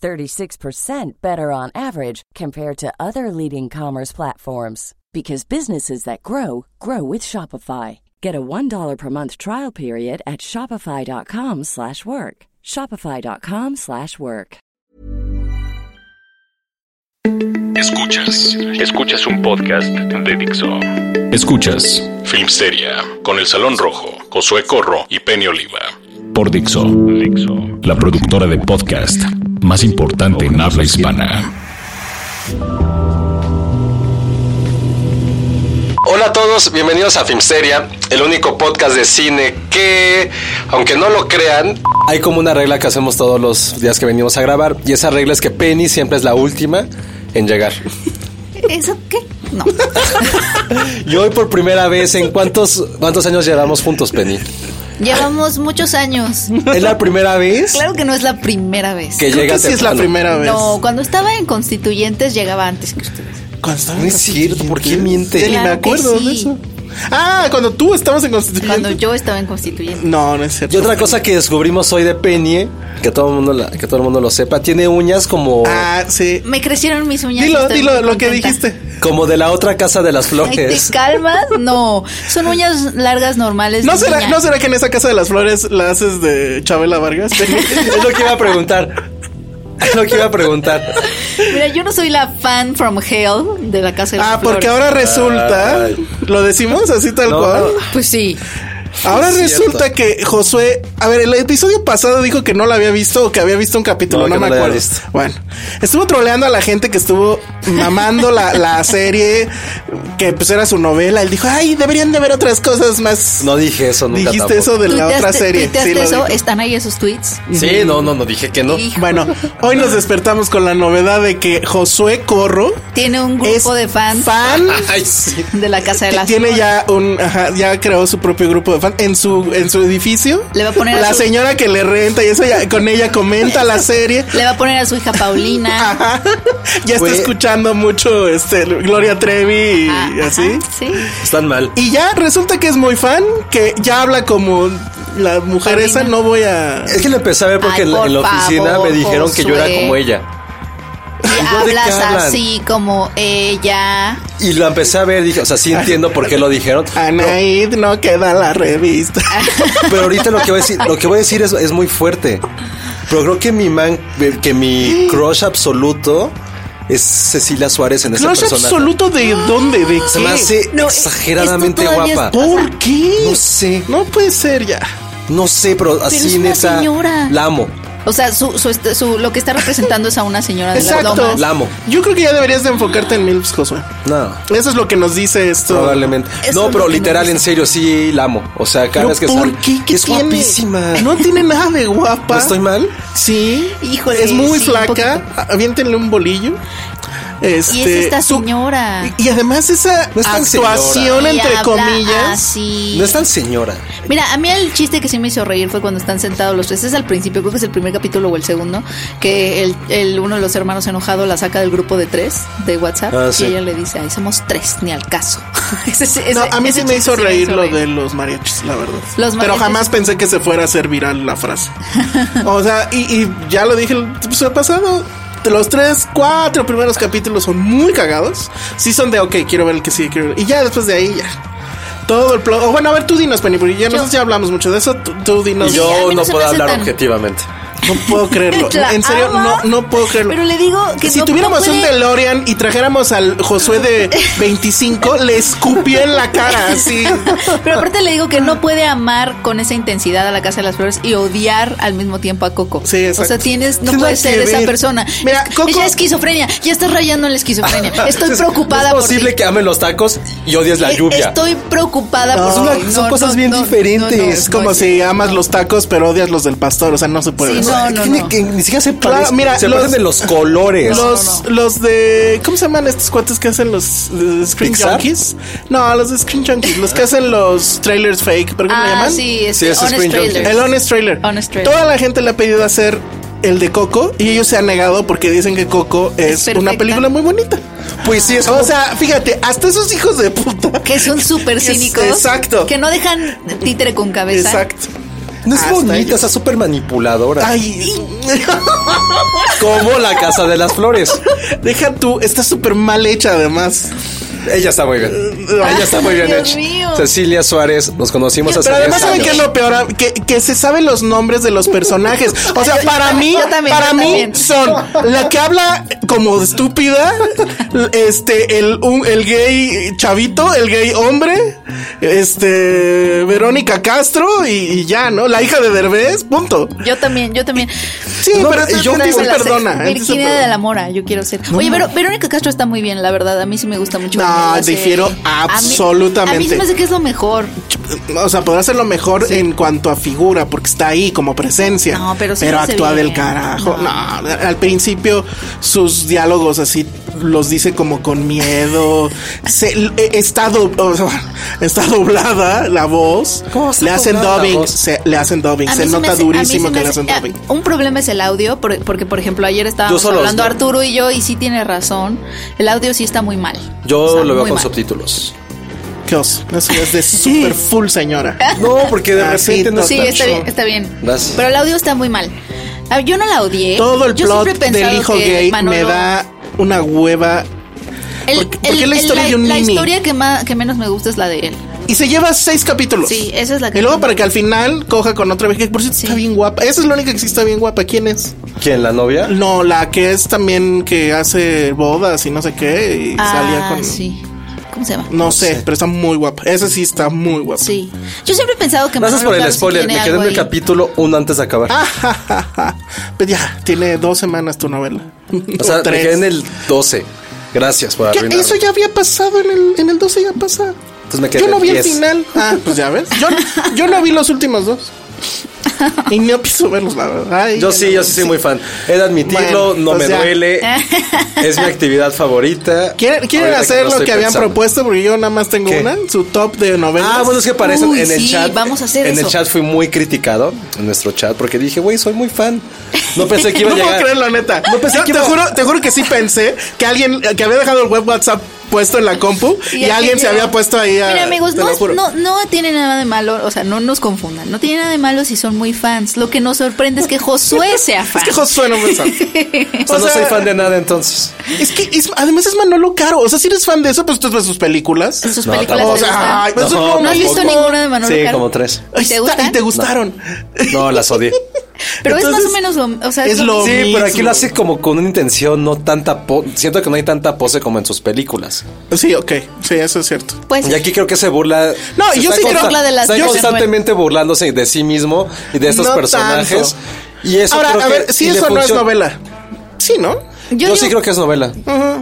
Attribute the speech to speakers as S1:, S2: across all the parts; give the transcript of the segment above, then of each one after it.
S1: 36% better on average compared to other leading commerce platforms because businesses that grow grow with Shopify. Get a $1 per month trial period at shopify.com/work. slash work. shopify.com/work. slash work.
S2: Escuchas, escuchas un podcast de Dixo. Escuchas Filmsteria con El Salón Rojo, Josué Corro y Penny Oliva. Por Dixo, la productora de podcast más importante en habla hispana.
S3: Hola a todos, bienvenidos a Filmsteria, el único podcast de cine que, aunque no lo crean, hay como una regla que hacemos todos los días que venimos a grabar y esa regla es que Penny siempre es la última en llegar.
S4: ¿Eso qué? No.
S3: Y hoy por primera vez, ¿en cuántos, cuántos años llevamos juntos, Penny?
S4: Llevamos muchos años.
S3: ¿Es la primera vez
S4: Claro que no es la primera vez.
S3: que llega
S5: que sí es la
S3: temprano?
S5: primera vez.
S4: No, cuando estaba en Constituyentes llegaba antes que ustedes.
S5: Cuando estaba en
S3: No es cierto, ¿por qué miente?
S5: Ni me
S4: Claro que
S5: acuerdo de
S4: sí.
S5: eso. Ah, cuando tú estabas en Constituyente.
S4: Cuando yo estaba en Constituyentes.
S5: No, no es cierto.
S3: Y otra cosa que descubrimos hoy de Penny, que todo el mundo, la- que todo el mundo lo sepa, tiene uñas como,
S5: Ah, sí.
S4: Me crecieron mis uñas.
S5: Dilo,
S4: estoy
S5: dilo
S4: muy
S5: lo que
S4: contenta.
S5: dijiste.
S3: como de la otra casa de las
S4: Ay, ¿te
S3: flores.
S4: calmas? No, son uñas largas normales.
S5: ¿No
S4: de
S5: será,
S4: niña.
S5: ¿No será que en esa casa de las flores la haces de Chabela Vargas?
S3: Es lo que iba a preguntar. Es lo que iba a preguntar.
S4: Mira, yo no soy la fan from hell de la casa de las
S5: ah, porque
S4: Flores.
S5: ahora resulta. ¿Lo decimos así tal
S3: No,
S5: cual?
S4: Pues sí.
S5: Ahora
S3: es cierto.
S5: resulta que Josué. A ver, el episodio pasado dijo que no lo había visto o que había visto un capítulo,
S3: No,
S5: no,
S3: que no
S5: me
S3: lo había
S5: acuerdo.
S3: visto.
S5: Bueno, estuvo troleando a la gente que estuvo mamando la, la serie, que pues era su novela. Él dijo, ay, deberían de ver otras cosas más.
S3: No dije eso nunca.
S5: Dijiste
S3: tampoco.
S5: eso de la otra
S4: Tuiteaste-
S5: serie.
S4: tuiteaste
S5: Sí, lo
S4: eso,
S5: dijo.
S4: están ahí esos tweets.
S3: Sí, no, no, no dije que no.
S4: Hijo,
S5: Bueno, hoy nos despertamos con la novedad de que Josué Corro
S4: tiene un
S5: es
S4: grupo de fans
S5: fan.
S3: Ay, sí.
S4: de la casa de las
S5: Tiene
S4: Flores.
S5: ya un, ajá, ya creó su propio grupo de fan en su en su edificio.
S4: Le va a poner a
S5: la
S4: su-
S5: señora que le renta y eso ya con ella comenta la serie.
S4: Le va a poner a su hija Paulina.
S5: Ajá. Ya está
S3: Güey.
S5: escuchando mucho este Gloria Trevi y
S4: Ah,
S5: así.
S4: ajá, sí.
S3: Están mal.
S5: Y ya resulta que es muy fan, que ya habla como la mujer
S4: Paulina.
S5: esa, no voy a
S3: Es que lo empecé a ver porque
S4: Ay,
S3: en, la- en la
S4: por
S3: oficina
S4: favor,
S3: me dijeron que yo era
S4: Josué.
S3: como ella.
S4: Y
S3: ¿de qué
S4: hablas
S3: hablan?
S4: así como ella.
S3: Y lo empecé a ver, dije, o sea, sí entiendo por qué lo dijeron. Pero,
S5: Anaid no queda la revista.
S4: Ah,
S3: pero ahorita lo que voy a decir, lo que voy a decir es, es muy fuerte. Pero creo que mi man, eh, que mi crush absoluto es Cecilia Suárez en ese
S5: No es
S3: personaje.
S5: absoluto de dónde, de
S3: Se me
S5: qué?
S3: hace
S4: No,
S3: exageradamente
S4: esto todavía
S3: guapa.
S5: ¿Por qué?
S3: No sé,
S5: No puede ser ya.
S3: no sé, pero así
S4: es una
S3: neta,
S4: señora.
S3: La amo.
S4: O sea, su, su, este- su- lo que está representando es a una señora de las
S5: Exacto.
S4: lomas.
S3: La amo.
S5: Yo creo que ya deberías de enfocarte en Milps, Josué.
S3: No.
S5: Eso es lo que nos dice esto.
S3: Probablemente.
S4: Eso
S3: no,
S4: es
S3: pero
S4: lo que me
S3: literal,
S4: gusta.
S3: en serio, sí la amo. O sea, cada
S5: Pero
S3: vez que
S5: ¿Por
S3: sale-
S5: qué? ¿Qué
S3: es
S5: tiene?
S3: guapísima.
S5: No tiene nada de guapa.
S3: ¿No estoy mal?
S5: Sí.
S4: Híjole,
S5: Es muy
S4: sí, un
S5: flaca. Aviéntenle un bolillo. Este,
S4: Y es esta
S5: su-
S4: señora.
S5: Y además esa
S3: No es tan
S5: actuación
S3: señora.
S4: Y
S5: entre
S4: habla
S5: comillas.
S4: así.
S3: No es tan señora.
S4: Mira, a mí el chiste que sí me hizo reír fue cuando están sentados los tres. Es al principio, creo que es el primer capítulo o el segundo, que el, el uno de los hermanos enojado la saca del grupo de tres de WhatsApp
S3: Ah, sí.
S4: y ella le dice, ay, somos tres, ni al caso. Ese- ese-
S5: No, a mí
S4: ese
S5: sí me
S4: chiste
S5: hizo reír lo
S4: reír.
S5: de los mariachis, la verdad.
S4: Los
S5: Pero
S4: mariachis.
S5: jamás pensé que se fuera a hacer viral la frase. O sea, y, y ya lo dije el episodio pasado. de Los tres, cuatro primeros capítulos son muy cagados. Sí son de, ok, quiero ver el que sigue, quiero ver. Y ya después de ahí, ya. Todo el plot. O bueno, a ver, tú dinos, Penny, porque ya nosotros ya hablamos mucho de eso. Tú, tú dinos.
S4: Sí,
S3: yo
S4: a mí no
S3: no
S4: se
S3: puedo
S4: me hace
S3: hablar
S4: tan-
S3: objetivamente.
S5: No puedo creerlo.
S4: La
S5: en serio,
S4: ama,
S5: no, no puedo creerlo.
S4: pero le digo que
S5: si
S4: no-
S5: tuviéramos
S4: no
S5: un
S4: puede-
S5: DeLorean y trajéramos al Josué de 25, le escupía en la cara así.
S4: Pero aparte le digo que no puede amar con esa intensidad a la Casa de las Flores y odiar al mismo tiempo a Coco.
S5: Sí, exacto.
S4: O sea, tienes, no
S5: Nada
S4: puedes
S5: que
S4: ser esa
S5: ver.
S4: persona.
S5: Mira,
S4: es,
S5: Coco-
S4: es la esquizofrenia, ya estás rayando en la esquizofrenia. Estoy preocupada
S3: No
S4: por
S3: es posible
S4: ti.
S3: que amen los tacos y odies la
S4: E-
S3: lluvia.
S4: Estoy preocupada
S5: No,
S4: por
S5: es una-
S4: ti.
S3: son cosas bien diferentes.
S4: no, no,
S5: Es como si amas los tacos, pero odias los del pastor. O sea, no se puede.
S4: Sí, no,
S5: hacer.
S4: no,
S3: Ni-
S4: no.
S3: que ni siquiera se
S5: Claro,
S3: parecen.
S5: mira,
S3: se
S5: los-
S3: parecen de los colores.
S5: Los, los de. ¿Cómo se llaman estos cuates que hacen los eh, Screen
S3: ¿Pixar?
S5: Junkies? No, los de Screen Junkies. Los que hacen los trailers fake. ¿Pero cómo le
S4: Ah,
S5: llaman?
S4: sí, es
S3: Sí, es
S4: Honest
S3: Screen Junkie.
S4: Trailer.
S5: El Honest Trailer.
S4: Honest Trailer.
S5: Toda la gente le ha pedido hacer el de Coco y ellos se han negado porque dicen que Coco
S4: Es
S5: es, una
S4: perfecta.
S5: película muy bonita.
S3: pues sí, es como
S5: O sea, fíjate, hasta esos hijos de puta.
S4: Que son súper
S5: Que es-
S4: cínicos.
S5: exacto.
S4: Que no dejan títere con cabeza.
S5: Exacto.
S3: No es
S5: Hasta
S3: bonita,
S5: ellos.
S3: está súper manipuladora.
S5: Ay,
S3: Como la casa de las flores.
S5: deja tú, está súper mal hecha además.
S3: Ella está muy bien. Ella está muy bien
S4: Dios
S3: hecha.
S4: mío.
S3: Cecilia Suárez, nos conocimos hace
S5: Pero además,
S3: 10
S5: ¿saben qué es
S3: años.
S5: lo peor? Que, que se saben los nombres de los personajes. O sea, para mí,
S4: yo también,
S5: para
S4: yo
S5: mí
S4: también.
S5: son la que habla como estúpida, este, el, un- el gay chavito, el gay hombre, este, Verónica Castro y, y ya, ¿no? La hija de Derbez, punto.
S4: Yo también, yo también.
S5: Sí,
S3: No,
S5: pero
S3: y
S5: eso
S3: yo
S5: antes
S3: quiero
S4: la
S5: se
S4: sé.
S5: perdona. antes se
S4: Virginia
S5: perdona.
S4: de la Mora, yo quiero ser. Oye, pero Verónica Castro está muy bien, la verdad. A mí sí me gusta mucho.
S5: No,
S4: cómo lo hace.
S5: difiero
S4: A mí- A mí
S5: absolutamente.
S4: sí me hace que es lo mejor.
S5: O sea, podrá hacerlo mejor en cuanto a figura, porque está ahí como presencia.
S4: No, pero sí lo hace
S5: actúa
S4: bien.
S5: del carajo.
S4: No.
S5: No. al principio sus diálogos así los dice como con miedo. Se- eh, está, do- o sea, está doblada la voz.
S3: ¿Cómo va a ser
S5: Le hacen
S3: doblada la
S5: dubbing.
S3: voz?
S5: se- le hacen dubbing.
S4: A
S5: Se
S4: mí sí me
S5: nota
S4: hace- a mí
S5: durísimo
S4: sí me
S5: que le
S4: hace-
S5: hacen dubbing.
S4: ah, Un problema es el audio, por- porque, por ejemplo, ayer estábamos
S3: solo los
S4: hablando
S3: veo.
S4: Arturo y yo, y sí tiene razón. El audio sí está muy mal.
S3: Yo
S4: O sea,
S3: lo veo
S4: muy
S3: con
S4: mal.
S3: subtítulos.
S5: Qué oso. Eso es de super full señora.
S3: No, porque de
S5: Así,
S3: repente Ah, no
S4: Sí,
S5: Está
S4: está
S5: chido.
S4: bien, está bien.
S3: Gracias.
S4: Pero el audio está muy mal. Ah, Yo no la odié.
S5: Todo el
S4: Yo siempre he
S5: plot del
S4: pensado
S5: hijo
S4: que
S5: gay me
S4: Manolo-
S5: da una hueva
S4: El-
S5: ¿Por- por qué
S4: el-
S5: la
S4: el-
S5: historia de un
S4: la
S5: nini?
S4: historia que, más, que menos me gusta es la de él.
S5: Y se lleva seis capítulos.
S4: Sí, esa es la que-
S5: Y luego para que al final coja con otra vieja que por cierto
S4: Sí.
S5: está bien guapa. Esa es la única que sí está bien guapa. ¿Quién es?
S3: ¿Quién, la novia?
S5: No, la que es también que hace bodas y no sé qué. Y salía
S4: Ah,
S5: con. Mm.
S4: sí. ¿Cómo se llama?
S5: No sé, pero está muy guapa. Esa sí está muy guapa.
S4: Sí. Yo siempre he pensado que
S3: Gracias
S4: Manolo
S3: por el
S4: Blahnik
S3: spoiler.
S4: tiene
S3: Me quedé
S4: algo
S3: en el
S4: ahí.
S3: capítulo uno antes de acabar.
S5: Ah, ja, ja, ja. Pero ya, tiene dos semanas tu novela.
S3: o sea, me
S5: tres.
S3: quedé en el 12. Gracias por
S5: Ya,
S3: arruinarlo.
S5: eso ya había pasado en el, en el 12, ya pasa.
S3: Entonces me quedé
S5: yo
S3: en
S5: no
S3: el
S5: vi
S3: 10.
S5: el final. Ah, pues ya ves. Yo, yo no vi los últimos dos. Y no pienso verlos, la verdad. Ay,
S3: Yo
S5: ya
S3: sí,
S5: no-
S3: yo sí soy muy fan. He de admitirlo,
S5: Bueno,
S3: no
S5: pues
S3: me
S5: ya.
S3: duele. es mi actividad favorita.
S5: ¿Quieren, quieren
S3: Ahorita
S5: hacer
S3: no
S5: lo
S3: estoy
S5: que habían
S3: pensando.
S5: propuesto? Porque yo nada más tengo
S3: ¿Qué?
S5: una, su top de novelas.
S3: Ah, bueno, es que parece
S4: Uy,
S3: en el
S4: sí,
S3: chat.
S4: vamos a hacer
S3: en
S4: eso.
S3: el chat fui muy criticado en nuestro chat porque dije, güey, soy muy fan. No pensé que iba a
S5: no puedo
S3: llegar.
S5: creerlo, neta.
S3: No pensé
S5: Yo
S3: que
S5: te,
S3: iba-
S5: juro, te juro que sí pensé que alguien eh, que había dejado el web WhatsApp puesto en la compu y,
S4: aquí
S5: alguien se
S4: llegó.
S5: había puesto ahí a.
S4: Mira, amigos,
S5: te
S4: no,
S5: lo
S4: es-
S5: juro.
S4: no, no tiene nada de malo. O sea, no nos confundan. No tiene nada de malo si son muy fans. Lo que nos sorprende es que Josué sea fan.
S5: Es que Josué no me sabe.
S3: O sea, no soy fan de nada entonces.
S5: Es que es- además es Manolo Caro. O sea, si eres fan de eso, pues tú ves sus películas.
S4: En sus
S3: No,
S4: películas.
S3: tampoco.
S4: te
S5: O sea,
S4: gustan.
S5: ay, pues,
S4: no,
S5: no,
S4: has visto
S5: tampoco.
S4: ninguna de Manolo
S3: Sí,
S4: Caro?
S3: como tres.
S4: ¿Y
S5: Ahí
S4: te
S5: está,
S4: gustan?
S5: y te gustaron.
S3: No, las odié.
S4: Pero es
S5: Entonces,
S4: más o menos lo, o sea,
S5: es
S4: lo
S5: lo
S4: mismo.
S3: Sí, pero aquí
S5: mismo.
S3: lo hace como con una intención, no tanta pose. Siento que no hay tanta pose como en sus películas.
S5: Sí, ok. Sí, eso es cierto.
S4: Pues,
S3: Y aquí creo que se burla.
S5: No,
S3: se
S5: yo
S3: está
S5: sí creo-
S3: consta-
S4: burla de las-
S3: Está
S4: yo-
S3: constantemente burlándose de sí mismo y de estos
S5: No
S3: personajes. Y eso
S5: Ahora,
S3: creo
S5: a
S3: que
S5: ver, si
S3: sí le
S5: eso no es
S3: funciona.
S5: novela. Sí, ¿no?
S4: yo,
S3: Yo,
S4: digo-
S3: sí creo que es novela.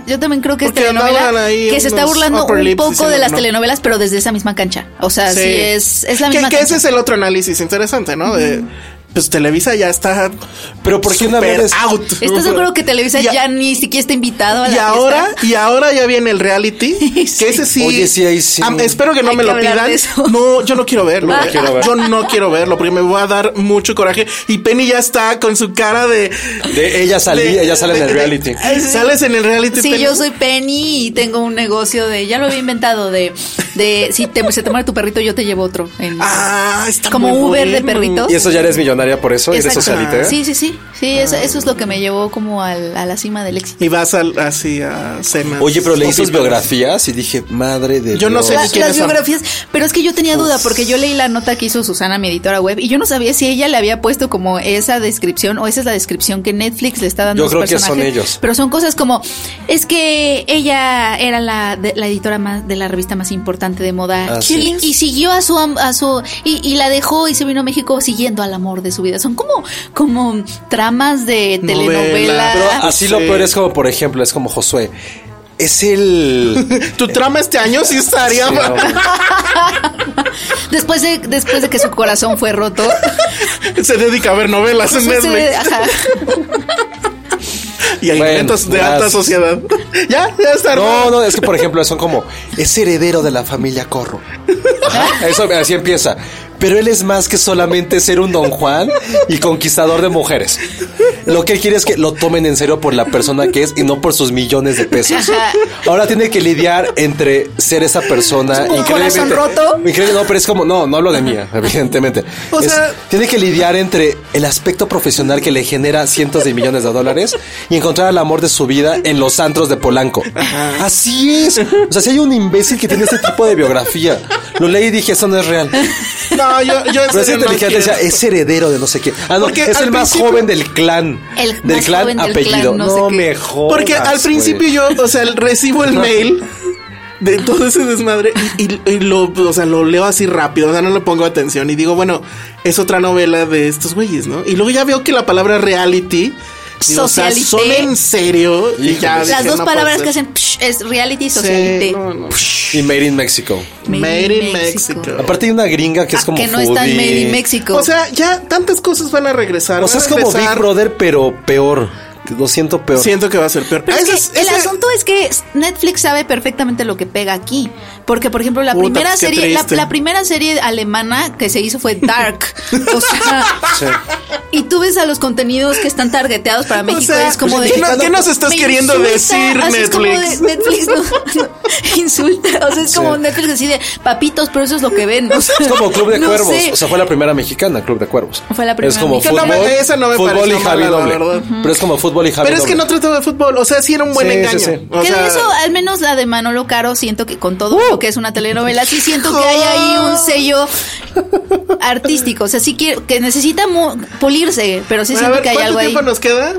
S4: yo también creo que es
S5: Porque andaban
S4: telenovela
S5: ahí
S4: que se está
S5: unos
S4: burlando
S5: upper
S4: un
S5: lips
S4: poco de
S5: diciendo
S4: las
S5: no.
S4: telenovelas, pero desde esa misma cancha. O sea, sí, es, es la
S5: Que-
S4: misma
S5: Que,
S4: cancha.
S5: ese es el otro análisis interesante, ¿no? De, pues Televisa ya está.
S3: Pero ¿por qué no
S5: super
S3: hablas-
S5: out.
S4: ¿Estás seguro que Televisa
S5: Y a-
S4: ya ni siquiera está invitado a la
S5: Y
S4: fiesta?
S5: ahora, y ahora ya viene el reality.
S4: Sí.
S5: Que ese sí.
S3: Oye, sí, ahí sí.
S5: Am- espero que no
S4: Hay
S5: me
S4: que
S5: lo
S4: hablar
S5: pidan.
S4: de eso.
S5: No, yo no quiero verlo.
S4: No
S5: eh.
S3: quiero verlo.
S5: Yo no quiero verlo porque me voy a dar mucho coraje. Y Penny ya está con su cara de.
S3: De ella salí,
S5: de-
S3: ella sale en
S5: de-
S3: el
S5: de-
S3: reality.
S5: Ay, Sales en el reality.
S4: Sí,
S5: Penny?
S4: yo soy Penny y tengo un negocio de, ya lo había inventado, de, de si te, se te muere tu perrito, yo te llevo otro. En,
S5: Ah, está
S4: como
S5: muy
S4: Uber de
S5: bueno.
S4: perritos.
S3: Y eso ya eres millonaria por eso, eres
S4: Exacto.
S3: socialite. ¿eh?
S4: Sí, sí, sí. Sí, eso, eso es lo que me llevó como al- a la cima del éxito.
S5: Y vas al, así a cenas.
S3: Oye, pero leí sus
S5: Oficinas.
S3: biografías y dije, madre de
S5: Yo no
S3: Dios.
S5: sé
S4: La-
S5: ni quiénes
S4: las
S5: son.
S4: biografías. Pero es que yo tenía duda porque yo leí la nota que hizo Susana, mi editora web, y yo no sabía si ella le había puesto como esa descripción o esa es la descripción que Netflix le está dando
S3: Yo
S4: a los
S3: creo que son
S4: personajes.
S3: ellos.
S4: Pero son cosas como: es que ella era la, de- la editora más de la revista más importante de moda
S3: Ah,
S4: y,
S3: sí.
S4: y siguió a su. am- A su y, y la dejó y se vino a México siguiendo al amor de su vida. Son como, como tramas de
S5: Novela.
S4: telenovela.
S5: Pero
S3: Así lo
S5: Sí.
S3: peor es como, por ejemplo, es como Josué. Es el.
S5: Tu trama este año sí estaría.
S3: Sí, no,
S4: Después de, después de que su corazón fue roto.
S5: se dedica a ver novelas en
S4: Pues,
S5: Netflix.
S4: eh, ajá.
S5: Y hay
S3: Bueno,
S5: eventos de
S3: las-
S5: alta sociedad. ya, ya está.
S3: No, no, es que por ejemplo son como, es heredero de la familia Corro. Ajá, Eso así empieza. Pero él es más que solamente ser un don Juan y conquistador de mujeres. Lo que él quiere es que lo tomen en serio por la persona que es y no por sus millones de pesos. Ahora tiene que lidiar entre ser esa persona
S4: Un
S3: increíblemente.
S4: corazón roto.
S3: increíble- no, pero es como, no, no hablo de mía, evidentemente.
S5: O
S3: Es-
S5: sea-
S3: tiene que lidiar entre el aspecto profesional que le genera cientos de millones de dólares y encontrar el amor de su vida en los antros de Polanco. Así es. O sea, si hay un imbécil que tiene este tipo de biografía, lo leí y dije, eso no es real.
S5: No, yo, yo en
S3: Pero es
S5: serio no
S3: inteligente,
S5: quiero.
S3: decía, es heredero de no sé qué. Ah, no,
S5: Porque
S3: es
S5: al
S3: el más
S5: principio-
S3: joven del clan.
S4: El
S3: del
S4: más
S3: clan
S4: joven del
S3: apellido.
S4: clan, no sé
S3: no
S4: qué.
S3: me jodas,
S5: Porque al principio
S3: güey.
S5: yo, o sea, recibo el mail de todo ese desmadre y, y- y lo, o sea, lo leo así rápido, o sea, no le pongo atención y digo, bueno, es otra novela de estos güeyes, ¿no? Y luego ya veo que la palabra reality, digo, o sea,
S4: Socialité.
S5: son en serio y ya
S3: Híjole.
S4: Las
S5: dije,
S4: dos
S5: no
S4: palabras que
S5: puede ser.
S4: hacen psh, es reality y
S5: Sí,
S4: socialite.
S5: no, no.
S3: Y Made in Mexico.
S4: Made in
S5: Made in
S4: Mexico.
S5: Mexico.
S3: Aparte hay una gringa que es
S4: Ah,
S3: como
S4: que no está
S3: foodie.
S4: en Made in Mexico.
S5: O sea, ya tantas cosas van a regresar.
S3: O sea, es
S5: van a
S3: como Big
S5: regresar.
S3: Brother, pero peor. Lo siento peor.
S5: Siento que va a ser peor.
S4: Pero es
S5: Ese
S4: que
S5: es-
S4: el
S5: ese-
S4: asunto es que Netflix sabe perfectamente lo que pega aquí. Porque, por ejemplo, la
S5: Puta,
S4: primera
S5: qué
S4: serie, la,
S5: triste.
S4: la primera serie alemana que se hizo fue Dark. O sea, y tú ves a los contenidos que están targeteados para México
S5: sea,
S4: y es como de.
S5: ¿qué no- qué nos estás
S4: "Me
S5: queriendo decir,
S4: así es como de,
S5: Netflix?"
S4: Netflix no- no, insulta. O sea, es como Netflix así de papitos, pero eso es lo que ven. O sea,
S3: Es como Club de
S4: no
S3: Cuervos.
S4: sé.
S3: O sea, fue la primera mexicana, Club de Cuervos.
S4: Fue la primera
S3: Es como
S4: mexicana.
S3: fútbol,
S5: No me- esa no me
S3: fútbol
S5: pareció
S3: y Javi
S5: mala, la
S3: doble.
S5: verdad.
S3: Pero es como fútbol y Javi
S5: Pero es que no
S3: doble.
S5: trataba de fútbol. O sea, sí era un buen
S3: Ah, Sí, sí,
S5: engaño.
S3: sí.
S5: O
S4: Pero
S5: sea, Uh.
S4: eso, al menos la de Manolo Caro, siento que con todo lo que es una telenovela, sí siento que hay ahí un sello artístico. O sea, sí que, que necesita mu- pulirse, pero sí
S5: Bueno,
S4: siento
S5: a ver,
S4: que hay
S5: ¿cuánto
S4: algo ahí.
S5: tiempo nos queda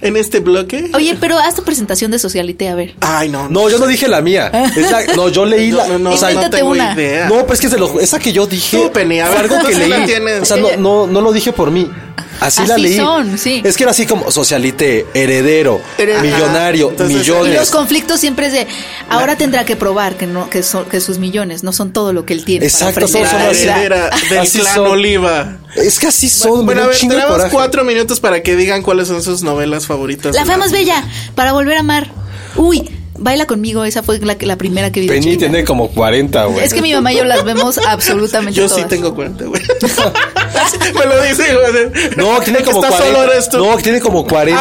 S5: en este bloque?
S4: Oye, pero haz tu presentación de Socialite, a ver.
S5: Ay, no.
S3: No, yo no dije la mía. Es la- no, yo leí la.
S5: No, no,
S3: o sea,
S4: Invéntate
S5: no tengo
S4: una.
S5: idea.
S3: no, pero es que se lo- esa que yo dije.
S5: Tú, Penny, a
S3: fue
S5: ver,
S3: algo
S5: tú
S3: que
S5: sí la
S3: leí.
S5: tienes.
S3: O sea, no, no, no lo dije por mí. Así, la
S4: Así
S3: leí.
S4: son, sí.
S3: Es que era así como socialite, heredero,
S5: Heredero.
S3: millonario,
S5: Entonces,
S4: Y los
S3: millones.
S4: conflictos siempre es de ahora tendrá que probar que no que, son, que sus millones no son todo lo que él tiene.
S3: Exacto,
S4: para
S3: todos
S4: ofrecer
S3: son
S4: a la
S3: así.
S4: vida.
S5: heredera del
S3: Así
S5: clan
S3: son.
S5: Oliva.
S3: Es que así son. me
S5: Bueno,
S3: da
S5: a
S3: un
S5: ver,
S3: chingo de
S5: tenemos
S3: coraje.
S5: cuatro minutos para que digan cuáles son sus novelas favoritas.
S4: La fue más bella para volver a amar. Uy, baila conmigo. Esa fue la, que- la primera que vi. de
S3: Penny
S4: chiquita.
S3: tiene como 40, güey.
S4: Es que mi mamá y yo las vemos absolutamente
S5: Yo sí
S4: todas.
S5: tengo cuenta, güey. Me lo dice, güey.
S3: No, tiene
S5: El que
S3: como
S5: está
S3: 40.
S5: solo eres tú.
S3: No, tiene como 40.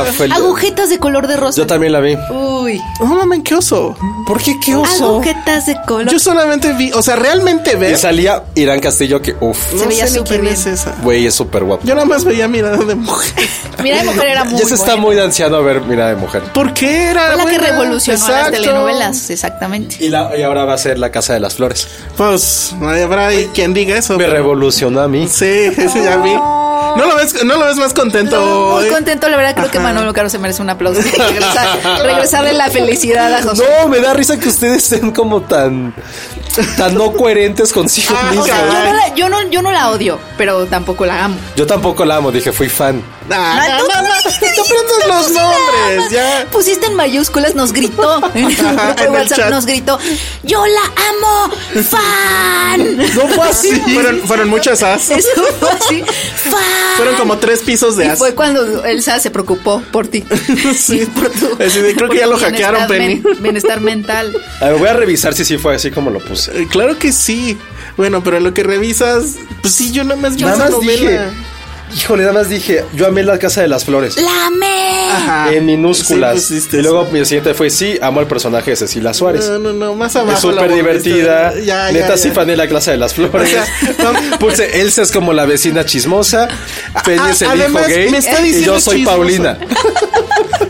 S5: Ah,
S3: fel-
S4: Agujetas de color de rosa.
S3: Yo también la vi.
S4: Uy,
S5: No, mamen, qué oso.
S3: ¿Por qué qué oso?
S4: agujetas de color.
S5: Yo solamente vi, o sea, realmente
S3: Y
S5: ves.
S3: salía Irán Castillo que, uff,
S4: Se
S5: No
S4: veía
S5: sé ni
S4: súper
S5: quién
S4: bien.
S5: es esa.
S3: güey, es súper guapo.
S5: Yo nada más veía mirada de mujer.
S4: Mira, de mujer era muy
S3: Ya se está
S4: buena.
S3: muy de anciano a ver Mira de Mujer.
S5: ¿Por qué era?
S4: Fue la que
S5: buena?
S4: revolucionó las
S5: Exacto.
S4: telenovelas, exactamente.
S3: Y, la- y ahora va a ser La Casa de las Flores.
S5: Pues, no habrá quien diga eso.
S3: Me
S5: pero-
S3: revolucionó a mí.
S5: Sí, ese ya vi. No lo ves, no lo ves más contento.
S4: No,
S5: hoy.
S4: muy contento, la verdad creo que
S5: Ajá.
S4: Manolo Caro se merece un aplauso. Regresar, regresarle la felicidad a José.
S3: No, me da risa que ustedes estén como tan, tan no coherentes consigo
S5: Ah,
S4: O
S3: mismos.
S4: sea, yo
S5: caray.
S4: no, la, yo, no, yo no la odio, pero tampoco la amo.
S3: Yo tampoco la amo, dije, fui fan.
S5: Ah,
S4: No,
S5: no,
S4: tú
S5: no, no,
S4: dijiste,
S5: no aprendas los nombres, ya.
S4: Pusiste en mayúsculas, nos gritó. En el
S5: Ajá,
S4: grupo de
S5: en el
S4: WhatsApp
S5: chat.
S4: nos gritó, yo la amo, fan.
S5: No fue así. Fueron, fueron muchas as.
S4: Eso fue así, fan.
S5: Fueron como tres pisos de
S4: Y
S5: as.
S4: fue cuando Elsa se preocupó por ti.
S5: Sí.
S4: Y por tu.
S5: Así de, creo
S4: por
S5: que ya
S4: tu
S5: lo hackearon,
S4: bienestar men-
S5: Penny.
S4: bienestar mental.
S3: A ver, voy a revisar si sí fue así como lo puse.
S5: Eh, Claro que sí. Bueno, pero en lo que revisas, pues sí, yo nada más vi
S3: Nada
S5: esa
S3: más dije,
S5: novela.
S3: Híjole, nada más dije, yo amé la casa de las flores.
S4: ¡La amé!
S5: Ajá.
S3: en minúsculas.
S5: Sí, pusiste
S3: y luego mi siguiente fue, sí, amo el personaje de Cecilia Suárez.
S5: No, no, no, más abajo.
S3: es súper
S5: la
S3: divertida.
S5: volviste. Ya,
S3: Neta,
S5: ya,
S3: sí
S5: ya.
S3: fané la clase de las flores.
S5: no.
S3: Puse, Elsa es como la vecina chismosa. Penny
S5: a-
S3: es el
S5: además,
S3: hijo gay.
S5: me está
S3: y
S5: diciendo
S3: yo soy
S5: chismosa.
S3: Paulina.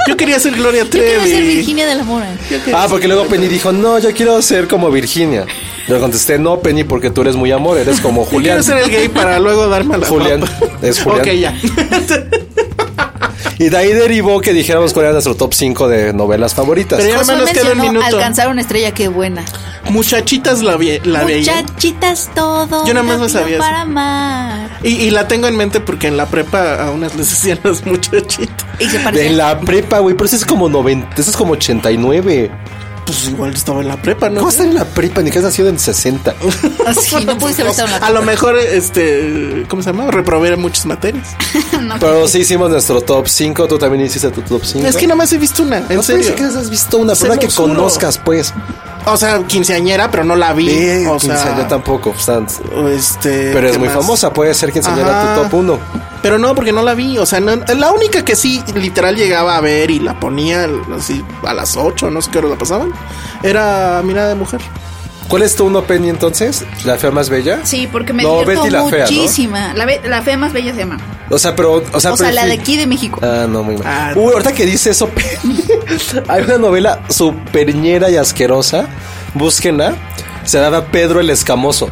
S5: Yo quería ser Gloria
S4: Quiero ser
S5: Trevi.
S4: Virginia de la Mora.
S3: Ah, porque luego Penny dijo, no, yo quiero ser como Virginia. Yo contesté, no, Penny, porque tú eres muy amor, eres como Julián.
S5: Quiero ser el gay para luego darme a la
S3: Julián,
S5: papa.
S3: es Julián.
S5: Ok, ya.
S3: Y de ahí derivó que dijéramos cuál era nuestro top 5 de novelas favoritas.
S5: Pero ya
S4: Josué
S5: nada más nos queda un
S4: mencionó
S5: minuto.
S4: alcanzar una estrella, qué buena.
S5: Muchachitas la, vi, la veía.
S4: Muchachitas todo.
S5: Yo nada más no
S4: nacido
S5: sabía eso.
S4: Para amar.
S5: Y, y la tengo en mente porque en la prepa a unas les decían las muchachitas.
S4: Y se
S3: De
S4: parecía.
S3: la prepa, güey, pero eso es como 90, eso es como 89.
S5: Pues igual estaba en la prepa, ¿no?
S3: ¿Cómo estar en la prepa? Ni que has nacido en 60.
S4: Así, Ah, no pudiste haber estado en la
S5: A lo mejor, este, ¿cómo se llama? Reprobé muchas materias.
S3: Pero sí hicimos nuestro top 5. Tú también hiciste tu top 5.
S5: Es que nada más he visto una, en
S3: no
S5: serio.
S3: pensé que has visto una
S5: Se
S3: persona
S5: lo
S3: que
S5: juro.
S3: conozcas, pues.
S5: O sea, quinceañera, pero no la vi.
S3: Eh,
S5: o
S3: quince-
S5: sea,
S3: yo tampoco. o sea,
S5: Este,
S3: pero es
S5: ¿qué
S3: muy
S5: más?
S3: famosa. Puede ser que enseñara
S5: Ajá.
S3: tu top 1.
S5: Pero no, porque no la vi. O sea, no- la única que sí, literal, llegaba a ver y la ponía así a las 8, no sé qué hora la pasaban, era Mirada de Mujer.
S3: ¿Cuál es tu uno, Penny, entonces? ¿La fea más bella?
S4: Sí, porque me
S3: No,
S4: divierto
S3: Betty la fea, ¿no?
S4: muchísima. la, be- la fea más bella se llama.
S3: O sea, pero. O sea,
S4: o sea,
S3: pero-
S4: la de aquí de México.
S3: Ah, no, muy mal.
S5: Ah.
S3: Uy, ahorita que dice eso, Penny, hay una novela superñera y asquerosa. Búsquenla. Se llama Pedro el Escamoso.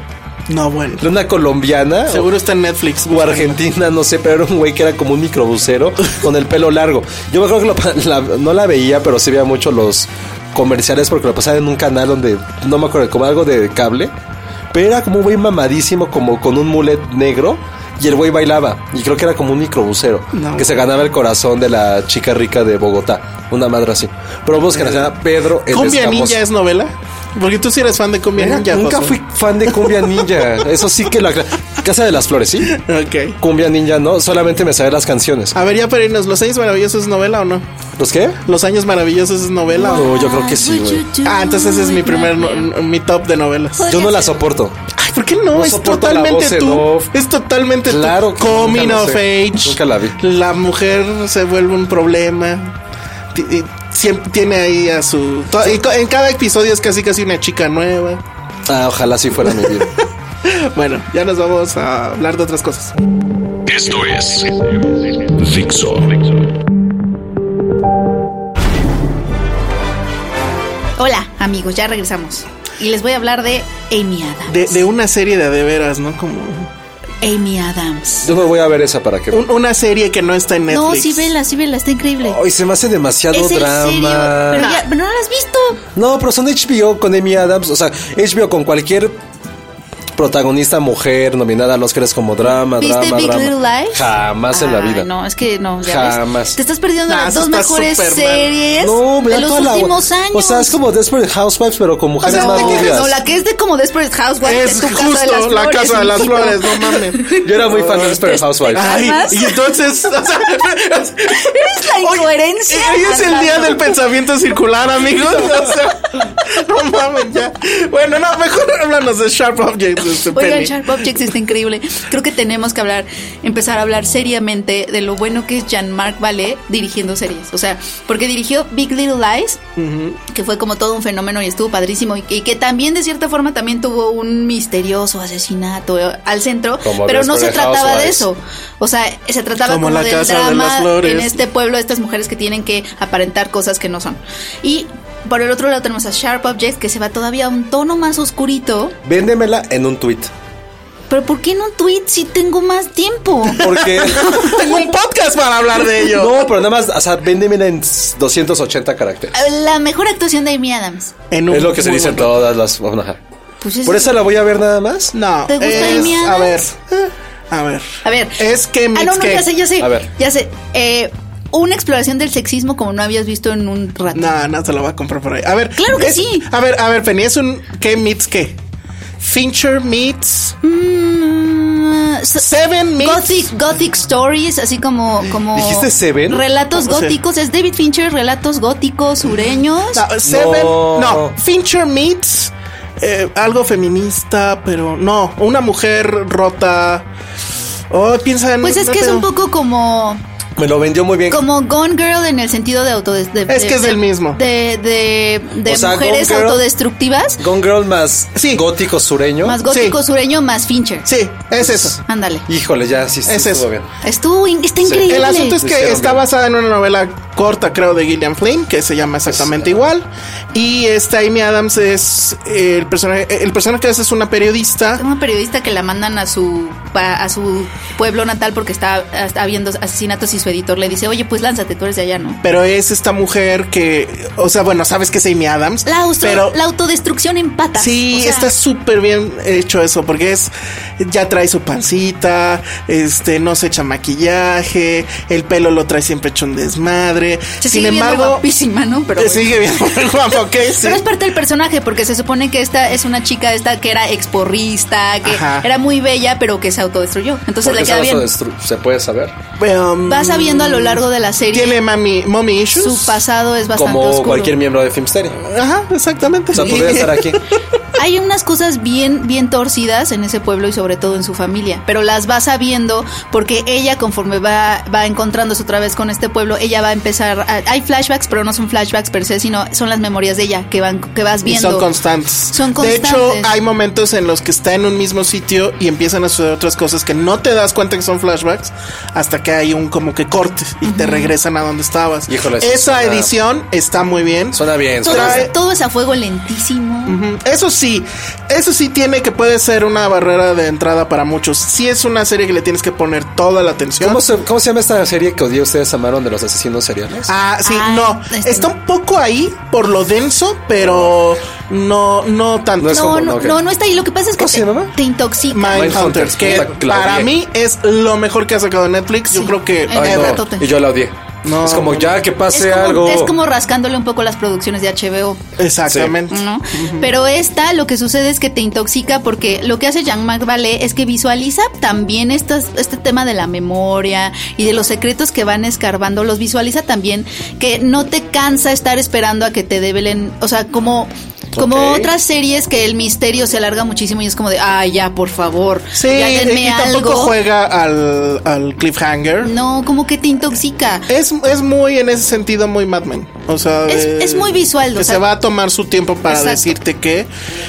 S5: No, bueno.
S3: Era una colombiana.
S5: Seguro está en Netflix.
S3: o
S5: búsquenla.
S3: Argentina, no sé, pero era un güey que era como un microbusero con el pelo largo. Yo me acuerdo que lo pa- la- no la veía, pero sí veía mucho los comerciales porque lo pasaban en un canal donde no me acuerdo, como algo de cable. Pero era como un güey mamadísimo, como con un mulet negro. Y el güey bailaba. Y creo que era como un microbusero.
S5: No.
S3: Que se ganaba el corazón de la chica rica de Bogotá. Una madre así. Pero búsquenla, se llama Pedro el
S5: ¿Cumbia
S3: Escamoso.
S5: Ninja es novela? Porque tú sí eres fan de Cumbia
S3: Mira,
S5: Ninja.
S3: nunca
S5: Josué.
S3: fui fan de Cumbia Ninja. Eso sí que la... Casa de las Flores, ¿sí?
S5: Ok.
S3: Cumbia Ninja no, solamente me sabe las canciones.
S5: A ver, ya para irnos, ¿Los Años Maravillosos es novela o no?
S3: ¿Los qué?
S5: ¿Los Años Maravillosos es novela o
S3: No, yo creo que sí, güey.
S5: Ah, entonces es mi primer, no- no- mi top de novelas.
S3: Yo no la soporto.
S5: Ay, ¿por qué no?
S3: No
S5: es
S3: soporto la voz
S5: totalmente
S3: en
S5: tú.
S3: off.
S5: Es totalmente tú.
S3: Claro que
S5: Coming
S3: nunca lo
S5: of
S3: sé.
S5: age.
S3: Nunca la vi.
S5: La mujer se vuelve un problema. Ti- y Siempre tiene ahí a su. to- y co- En cada episodio es casi casi una chica nueva.
S3: Ah, ojalá sí fuera mi vida.
S5: Bueno, ya nos vamos a hablar de otras cosas.
S2: Esto es Dixo.
S4: Hola, amigos, ya regresamos. Y les voy a hablar de Amy Adams.
S5: De, de una serie de a de veras, ¿no? Como
S4: Amy Adams.
S3: Yo no voy a ver esa para que.
S5: un- una serie que no está en Netflix.
S4: No, sí, vela, sí, vela, está increíble.
S3: Hoy se me hace demasiado
S4: es en serio. Pero,
S3: Oh, drama.
S4: ya- pero no la has visto.
S3: No, pero son HBO con Amy Adams. O sea, HBO con cualquier protagonista mujer nominada a los Oscars como drama,
S4: ¿Viste
S3: drama,
S4: Big
S3: drama.
S4: Little Lies?
S3: Jamás en la
S4: Ay,
S3: vida.
S4: No, es que no, ya
S3: Jamás.
S4: ves. Te estás perdiendo
S5: Nah,
S4: las
S5: eso
S4: dos
S5: está
S4: mejores
S5: súper mal.
S4: series
S3: No,
S4: de
S3: vean
S4: los
S3: toda la-
S4: últimos años.
S3: O sea, es como Desperate Housewives, pero con
S4: O
S3: mujeres
S4: sea,
S3: más
S4: no,
S3: rubias.
S4: no, la que es de como Desperate Housewives.
S5: Es
S4: de tu casa de las
S5: justo la
S4: flores,
S5: casa de las
S4: mijito.
S5: flores, no mames.
S3: Yo era muy fan de Desperate
S4: este,
S3: Housewives.
S5: Ay,
S4: ¿Jamás?
S5: y entonces, o sea,
S4: Es la
S5: Hoy-
S4: incoherencia.
S5: Hoy Eh, es el día del pensamiento circular, amigos. O sea, no mames, ya. Bueno, no, mejor háblanos de Sharp Objects. Este,
S4: Oigan,
S5: Penny.
S4: Sharp Objects está increíble. Creo que tenemos que hablar, empezar a hablar seriamente de lo bueno que es Jean-Marc Vallée dirigiendo series. O sea, porque dirigió Big Little Lies, que fue como todo un fenómeno y estuvo padrísimo. Y, y que también, de cierta forma, también tuvo un misterioso asesinato eh, al centro.
S3: Como
S4: pero no se
S3: Desperate
S4: trataba de
S3: Housewives.
S4: eso. O sea, se trataba
S5: Como
S4: como,
S5: la
S4: del
S5: Casa de
S4: drama
S5: las Flores.
S4: en este pueblo, estas mujeres que tienen que aparentar cosas que no son. Y. Por el otro lado tenemos a Sharp Objects que se va todavía a un tono más oscurito.
S3: Véndemela en un tweet.
S4: ¿Pero por qué en un tweet si tengo más tiempo?
S3: Porque.
S5: Tengo un podcast para hablar de ello.
S3: No, pero nada más, o sea, véndemela en 280 caracteres.
S4: La mejor actuación de Amy Adams.
S5: En un-
S3: Es lo que se
S5: muy
S3: dice en
S5: bueno.
S3: todas las. bueno, ajá.
S4: Pues es-
S3: Por eso la voy a ver nada más.
S5: No,
S4: ¿Te gusta
S5: es-
S4: Amy
S5: A ver, eh,
S4: Adams?
S5: a ver.
S4: A ver.
S5: Es que
S4: Ah,
S5: mix
S4: no, no,
S5: que-
S4: ya sé, ya sé.
S3: A ver.
S4: Ya sé. Eh, una exploración del sexismo como no habías visto en un rato.
S5: No, no se lo va a comprar por ahí. A ver.
S4: Claro que
S5: es-
S4: sí.
S5: A ver, a ver, Penny, es un ¿qué meets qué? Fincher meets
S4: Mm, so-
S5: Seven meets
S4: Gothic, gothic stories, así como, como
S3: ¿Dijiste Seven?
S4: relatos
S5: No sé.
S4: góticos, es David Fincher, relatos góticos sureños.
S5: No, Seven. No.
S3: No.
S5: Fincher meets eh, algo feminista, pero no. Una mujer rota. Oh, piensa en.
S4: Pues es
S5: no
S4: que es
S5: te-
S4: un poco como
S3: Me lo vendió muy bien.
S4: como Gone Girl en el sentido de autodestructiva.
S5: Es que es del mismo.
S4: De, de, de
S3: O sea,
S4: mujeres
S3: Gone Girl-
S4: autodestructivas,
S3: Gone Girl más
S5: Sí.
S3: gótico sureño.
S4: más gótico
S5: Sí.
S4: sureño, más Fincher.
S5: Sí, es eso.
S4: Ándale.
S3: Híjole, ya sí, sí
S5: Es
S3: estuvo
S5: eso.
S3: bien.
S4: Estuvo in- está increíble.
S5: El asunto es
S3: Lo
S5: que
S3: hicieron
S5: está
S3: bien.
S5: basada en una novela corta, creo, de Gillian Flynn, que se llama exactamente igual. Y esta Amy Adams es eh, el personaje, el personaje que hace es una periodista.
S4: Una periodista que la mandan a su pa- a su pueblo natal porque está, está habiendo asesinatos y su editor le dice, oye, pues lánzate, tú eres de allá, ¿no?
S5: Pero es esta mujer que, o sea, bueno, sabes que es Amy Adams.
S4: La, austro-
S5: pero
S4: la autodestrucción en patas.
S5: Sí,
S4: O sea,
S5: está súper bien hecho eso, porque es ya trae su pancita, este no se echa maquillaje, el pelo lo trae siempre hecho un desmadre.
S4: se
S5: Sin
S4: sigue viendo
S5: embargo,
S4: guapísima, ¿no? Pero
S5: te
S4: bueno.
S5: sigue bien guapo, ok, sí.
S4: Pero es parte del personaje, porque se supone que esta es una chica esta que era exporrista, que
S5: Ajá.
S4: era muy bella, pero que se autodestruyó. Entonces
S3: ¿Por
S4: le
S3: qué
S4: queda
S3: se
S4: bien.
S3: autodestru- ¿Se puede saber?
S5: Um,
S4: Vas sabiendo a lo largo de la serie.
S5: tiene mami, mommy issues.
S4: su pasado es bastante
S3: Como
S4: oscuro.
S3: cualquier miembro de Filmsteria. O
S5: Ajá, exactamente.
S3: sea, podría estar aquí.
S4: Hay unas cosas bien, bien torcidas en ese pueblo y sobre todo en su familia, pero las va sabiendo porque ella conforme va, va encontrándose otra vez con este pueblo, ella va a empezar, a- hay flashbacks, pero no son flashbacks per se, sino son las memorias de ella que van, que vas
S5: Y
S4: viendo.
S5: son constantes.
S4: Son
S5: De hecho,
S4: constantes.
S5: hay momentos en los que está en un mismo sitio y empiezan a suceder otras cosas que no te das cuenta que son flashbacks hasta que hay un como que corte y te regresan a donde estabas.
S3: Híjole, sí,
S5: Esa
S3: suena-
S5: edición está muy bien.
S3: Suena bien.
S4: todo,
S3: suena bien.
S4: todo es a fuego lentísimo.
S5: Ujú. Eso sí, eso sí tiene que puede ser una barrera de entrada para muchos. Sí es una serie que le tienes que poner toda la atención.
S3: ¿Cómo se, ¿Cómo se llama esta serie que odié ustedes amaron de los asesinos seriales?
S5: Ah, sí,
S4: Ay,
S5: no.
S4: este
S5: está
S4: no.
S5: un poco ahí por lo denso, pero no, no tanto.
S3: No es
S4: No,
S3: como-
S4: no,
S3: ok.
S4: no, no está ahí. Lo que pasa es que
S3: ¿Cómo se
S4: te,
S3: llamaba?
S4: te intoxica.
S5: Mindhunters,
S3: Mindhunters,
S5: que
S3: puta, la
S5: para
S3: odié.
S5: mí es lo mejor que ha sacado Netflix. Yo
S4: Sí.
S5: creo que
S4: Ay,
S3: no.
S5: ever.
S4: ratote.
S3: Y yo la odié.
S5: No.
S3: es como ya que
S4: Es
S3: pase
S4: como,
S3: algo.
S4: es como rascándole un poco las producciones de HBO.
S5: Exactamente.
S4: ¿no? Pero esta lo que sucede es que te intoxica porque lo que hace Jean Marc Vallée es que visualiza también estas, este tema de la memoria y de los secretos que van escarbando, los visualiza también que no te cansa estar esperando a que te develen, o sea, como... Como
S3: Ok.
S4: otras series que el misterio se alarga muchísimo y es como de, ay, ya, por favor,
S5: Sí,
S4: ya denme
S5: y, y tampoco
S4: algo".
S5: juega al, al cliffhanger.
S4: No, como que te intoxica.
S5: Es, es muy, en ese sentido, muy Mad Men. O sea,
S4: Es-
S5: de-
S4: es muy visual,
S5: Que
S4: o sea-
S5: se va a tomar su tiempo para
S4: Exacto.
S5: decirte qué,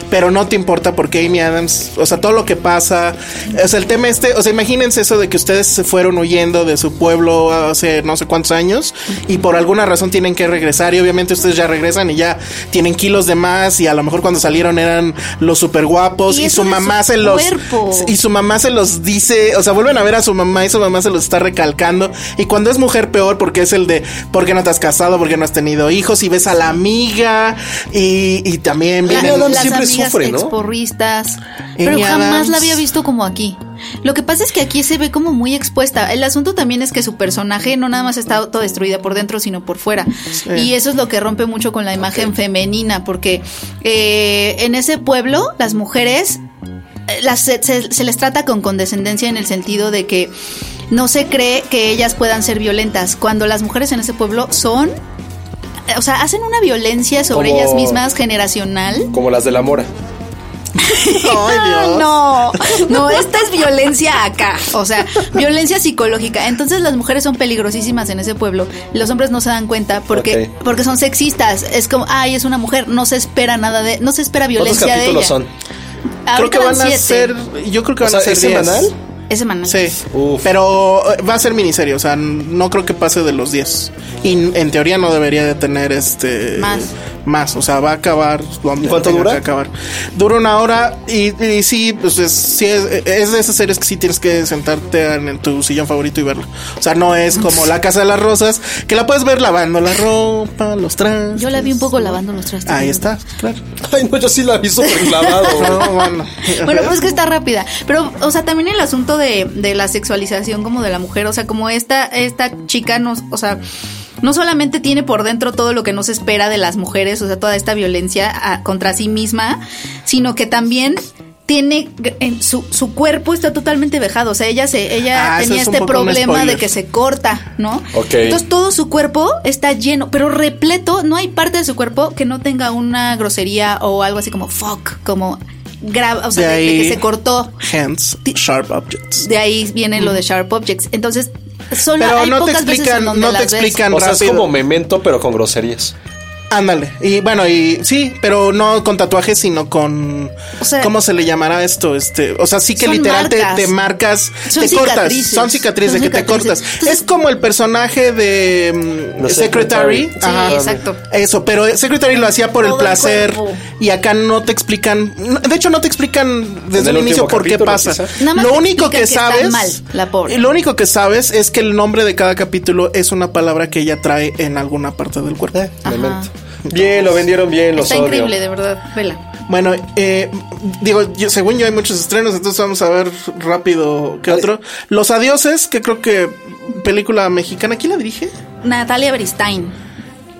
S5: pero no te importa porque Amy Adams, o sea, todo lo que pasa. O sea, el tema este, o sea, imagínense eso de que ustedes se fueron huyendo de su pueblo hace no sé cuántos años y por alguna razón tienen que regresar y obviamente ustedes ya regresan y ya tienen kilos de más y a lo mejor cuando salieron eran los super guapos
S4: Y
S5: y,
S4: eso
S5: su
S4: de
S5: mamá
S4: su
S5: se los.
S4: cuerpo.
S5: Y su mamá se los dice, o sea, vuelven a ver a su mamá y su mamá se los está recalcando. Y cuando es mujer, peor, porque es el de por qué no te has casado, por qué no has tenido hijos, y ves a la amiga, y, y también
S4: La-
S3: Amy
S5: vienen.
S3: Adams
S4: las
S3: siempre
S4: amigas
S3: sufre, ¿no?
S4: exporristas.
S5: Amy
S4: Pero jamás
S5: Adams.
S4: la había visto como aquí. Lo que pasa es que aquí se ve como muy expuesta. El asunto también es que su personaje no nada más está autodestruida por dentro, sino por fuera. Y eso es lo que rompe mucho con la imagen femenina, porque eh, en ese pueblo las mujeres eh, las- se, se- se les trata con condescendencia en el sentido de que no se cree que ellas puedan ser violentas, cuando las mujeres en ese pueblo son... eh, O sea, hacen una violencia sobre
S3: Como-
S4: ellas mismas generacional.
S3: Como las de la mora.
S5: Ay, Dios.
S4: Ah, No, no, esta es violencia acá, o sea, violencia psicológica. Entonces las mujeres son peligrosísimas en ese pueblo. Los hombres no se dan cuenta porque
S3: Ok.
S4: porque son sexistas. Es como, ay, es una mujer, no se espera nada de, no se espera
S3: ¿Cuántos
S4: violencia de ella.
S3: capítulos son?
S5: Creo
S4: Ahorita
S5: que
S4: van
S5: van a
S4: siete.
S5: ser. Yo creo que
S3: O
S5: van
S3: sea,
S5: a ser
S3: ¿es
S5: 10.
S3: semanal?
S4: es semanal.
S5: Sí,
S3: Uf.
S5: pero eh, va a ser miniserie, o sea, no creo que pase de los 10. Y n- en teoría no debería de tener este
S4: Más.
S5: más, o sea, va a acabar donde
S3: ¿Cuánto
S5: tenga
S3: dura?
S5: que acabar. Dura una hora y, y sí, pues es, sí es, es de esas series que sí tienes que sentarte en, en tu sillón favorito y verlo. O sea, no es como La Casa de las Rosas, que la puedes ver lavando la ropa, los trastes.
S4: Yo la vi un poco lavando los trastes.
S5: Ahí está, claro.
S3: Ay, no, yo sí la vi súper clavado.
S5: No, bueno.
S4: Bueno, pues es que está rápida. Pero, o sea, también el asunto de, de la sexualización como de la mujer. O sea, como esta, esta chica no, o sea, no solamente tiene por dentro todo lo que no se espera de las mujeres, o sea, toda esta violencia ah, contra sí misma, sino que también tiene en su, su cuerpo está totalmente vejado, o sea, ella se ella
S5: Ah, eso
S4: tenía
S5: es un
S4: este
S5: poco un
S4: problema de
S5: spoiler.
S4: que se corta, ¿no?
S3: Ok.
S4: Entonces todo su cuerpo está lleno, pero repleto, no hay parte de su cuerpo que no tenga una grosería o algo así como fuck, como graba, o sea,
S5: De
S4: de, de
S5: ahí-
S4: que se cortó.
S5: Hands, sharp objects.
S4: De ahí viene lo de Sharp Objects. Entonces, solo
S5: Pero
S4: hay
S5: no te
S4: pocas veces
S5: explican-
S4: en donde
S5: no te
S4: las ves.
S5: explican
S3: O sea, es
S5: rápido.
S3: como memento, pero con groserías.
S5: Ándale. Y bueno, y sí, pero no con tatuajes, sino con.
S4: O sea-
S5: ¿Cómo se le llamará esto? Este, o sea, sí que
S4: Son
S5: literal te-
S4: marcas.
S5: Te, marcas,
S4: Son
S5: te cortas.
S4: cicatrices.
S5: Son cicatrices
S4: Son
S5: que te
S4: cicatrices.
S5: cortas.
S4: Entonces-
S5: es como el personaje de mm,
S3: The
S5: Secretary.
S3: Secretary.
S4: Sí, exacto.
S5: Eso, pero Secretary lo hacía por el
S4: Todo el
S5: placer.
S4: cuerpo.
S5: y acá no te explican. no, De hecho, no te explican desde
S3: En
S5: el,
S3: el
S5: inicio
S3: último
S5: por qué
S3: capítulo,
S5: pasa.
S3: quizá.
S4: Nada más
S5: Lo
S4: te
S5: único que
S4: explican que
S5: sabes.
S4: está mal, la pobre.
S5: y Lo único que sabes es que el nombre de cada capítulo es una palabra que ella trae en alguna parte del cuerpo.
S3: Eh. Memento. Bien, lo vendieron bien, los
S4: Está
S3: odio.
S4: increíble, de verdad. Vela.
S5: Bueno, eh, digo, yo- según yo hay muchos estrenos, entonces vamos a ver rápido qué otro. Los Adioses, que creo que película mexicana, ¿quién la dirige?
S4: Natalia Beristain.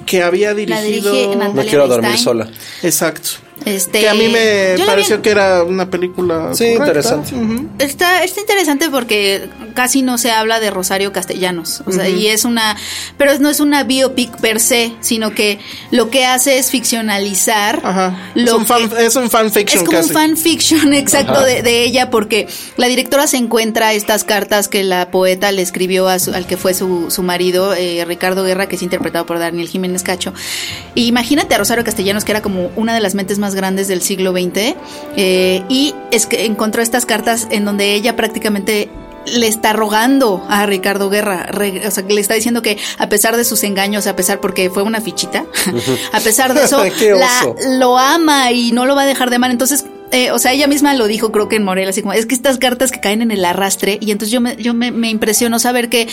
S5: Que había
S4: La
S5: dirigido.
S4: dirige Natalia
S3: No quiero dormir
S4: Beristain.
S3: sola.
S5: Exacto.
S4: Este,
S5: que a mí me
S4: yo la vi
S5: pareció
S4: en-
S5: que era una película.
S3: Sí,
S5: correcta.
S3: interesante.
S5: Ujú.
S4: Está, está interesante porque casi no se habla de Rosario Castellanos. O sea, y es una. Pero no es una biopic per se, sino que lo que hace es ficcionalizar.
S5: Ajá.
S4: Lo
S5: es, un fan,
S4: que-
S5: es un fanfiction
S4: es como
S5: casi.
S4: un fanfiction exacto de, de ella porque la directora se encuentra estas cartas que la poeta le escribió a su- al que fue su, su marido, eh, Ricardo Guerra, que es interpretado por Daniel Jiménez Cacho. E imagínate a Rosario Castellanos, que era como una de las mentes más grandes del siglo XX, eh, y es que encontró estas cartas en donde ella prácticamente le está rogando a Ricardo Guerra, re- o sea, que le está diciendo que a pesar de sus engaños, a pesar porque fue una fichita, a pesar de eso,
S3: Qué
S4: la-
S3: oso.
S4: lo ama y no lo va a dejar de amar. Entonces, eh, o sea, ella misma lo dijo, creo que en Morelia, así como, es que estas cartas que caen en el arrastre, y entonces yo me, yo me, me impresiono saber que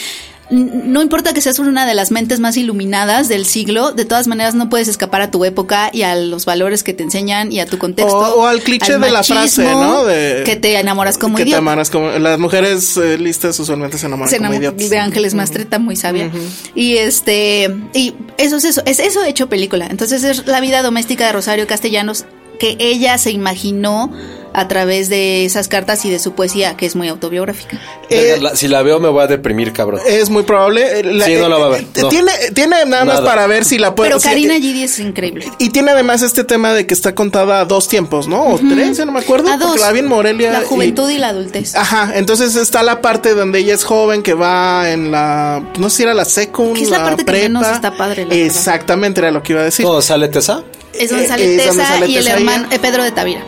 S4: n- no importa que seas una de las mentes más iluminadas del siglo, de todas maneras no puedes escapar a tu época y a los valores que te enseñan y a tu contexto.
S5: O- o al cliché de la frase,
S4: machismo,
S5: ¿no? De-
S4: que te enamoras como
S5: que te
S4: idiota.
S5: amaras como. Las mujeres eh, listas usualmente se enamoran
S4: Se
S5: como
S4: enamoró
S5: idiotas.
S4: de Ángeles Mastreta, muy sabia. Y este, y eso es eso, es eso hecho película. Entonces es la vida doméstica de Rosario Castellanos que ella se imaginó a través de esas cartas y de su poesía, que es muy autobiográfica.
S5: Eh,
S3: Verga, la- si la veo me voy a deprimir, cabrón.
S5: Es muy probable. Eh, la-
S3: Sí, no la va a
S5: eh,
S3: ver,
S5: eh,
S3: no.
S5: Tiene, tiene nada, más
S3: Nada.
S5: para ver si la puede.
S4: Pero
S5: si-
S4: Karina Gidi es increíble.
S5: Y tiene además este tema de que está contada a dos tiempos, ¿no? O tres, ya no me acuerdo.
S4: A dos,
S5: porque la vi en Morelia.
S4: la
S5: y- Ah,
S4: juventud y, la adultez.
S5: Ajá, entonces está la parte donde ella es joven que va en la no sé si era la secund,
S4: Que es la parte que
S5: prepa.
S4: menos está padre, la
S5: Exactamente era lo que iba a decir.
S3: ¿Todo sale Tessa?
S4: es donde
S5: eh,
S4: sale
S5: es donde
S4: Tessa
S5: sale
S4: y el
S5: Tessa y
S4: hermano
S5: ella.
S4: eh, Pedro de Tavira.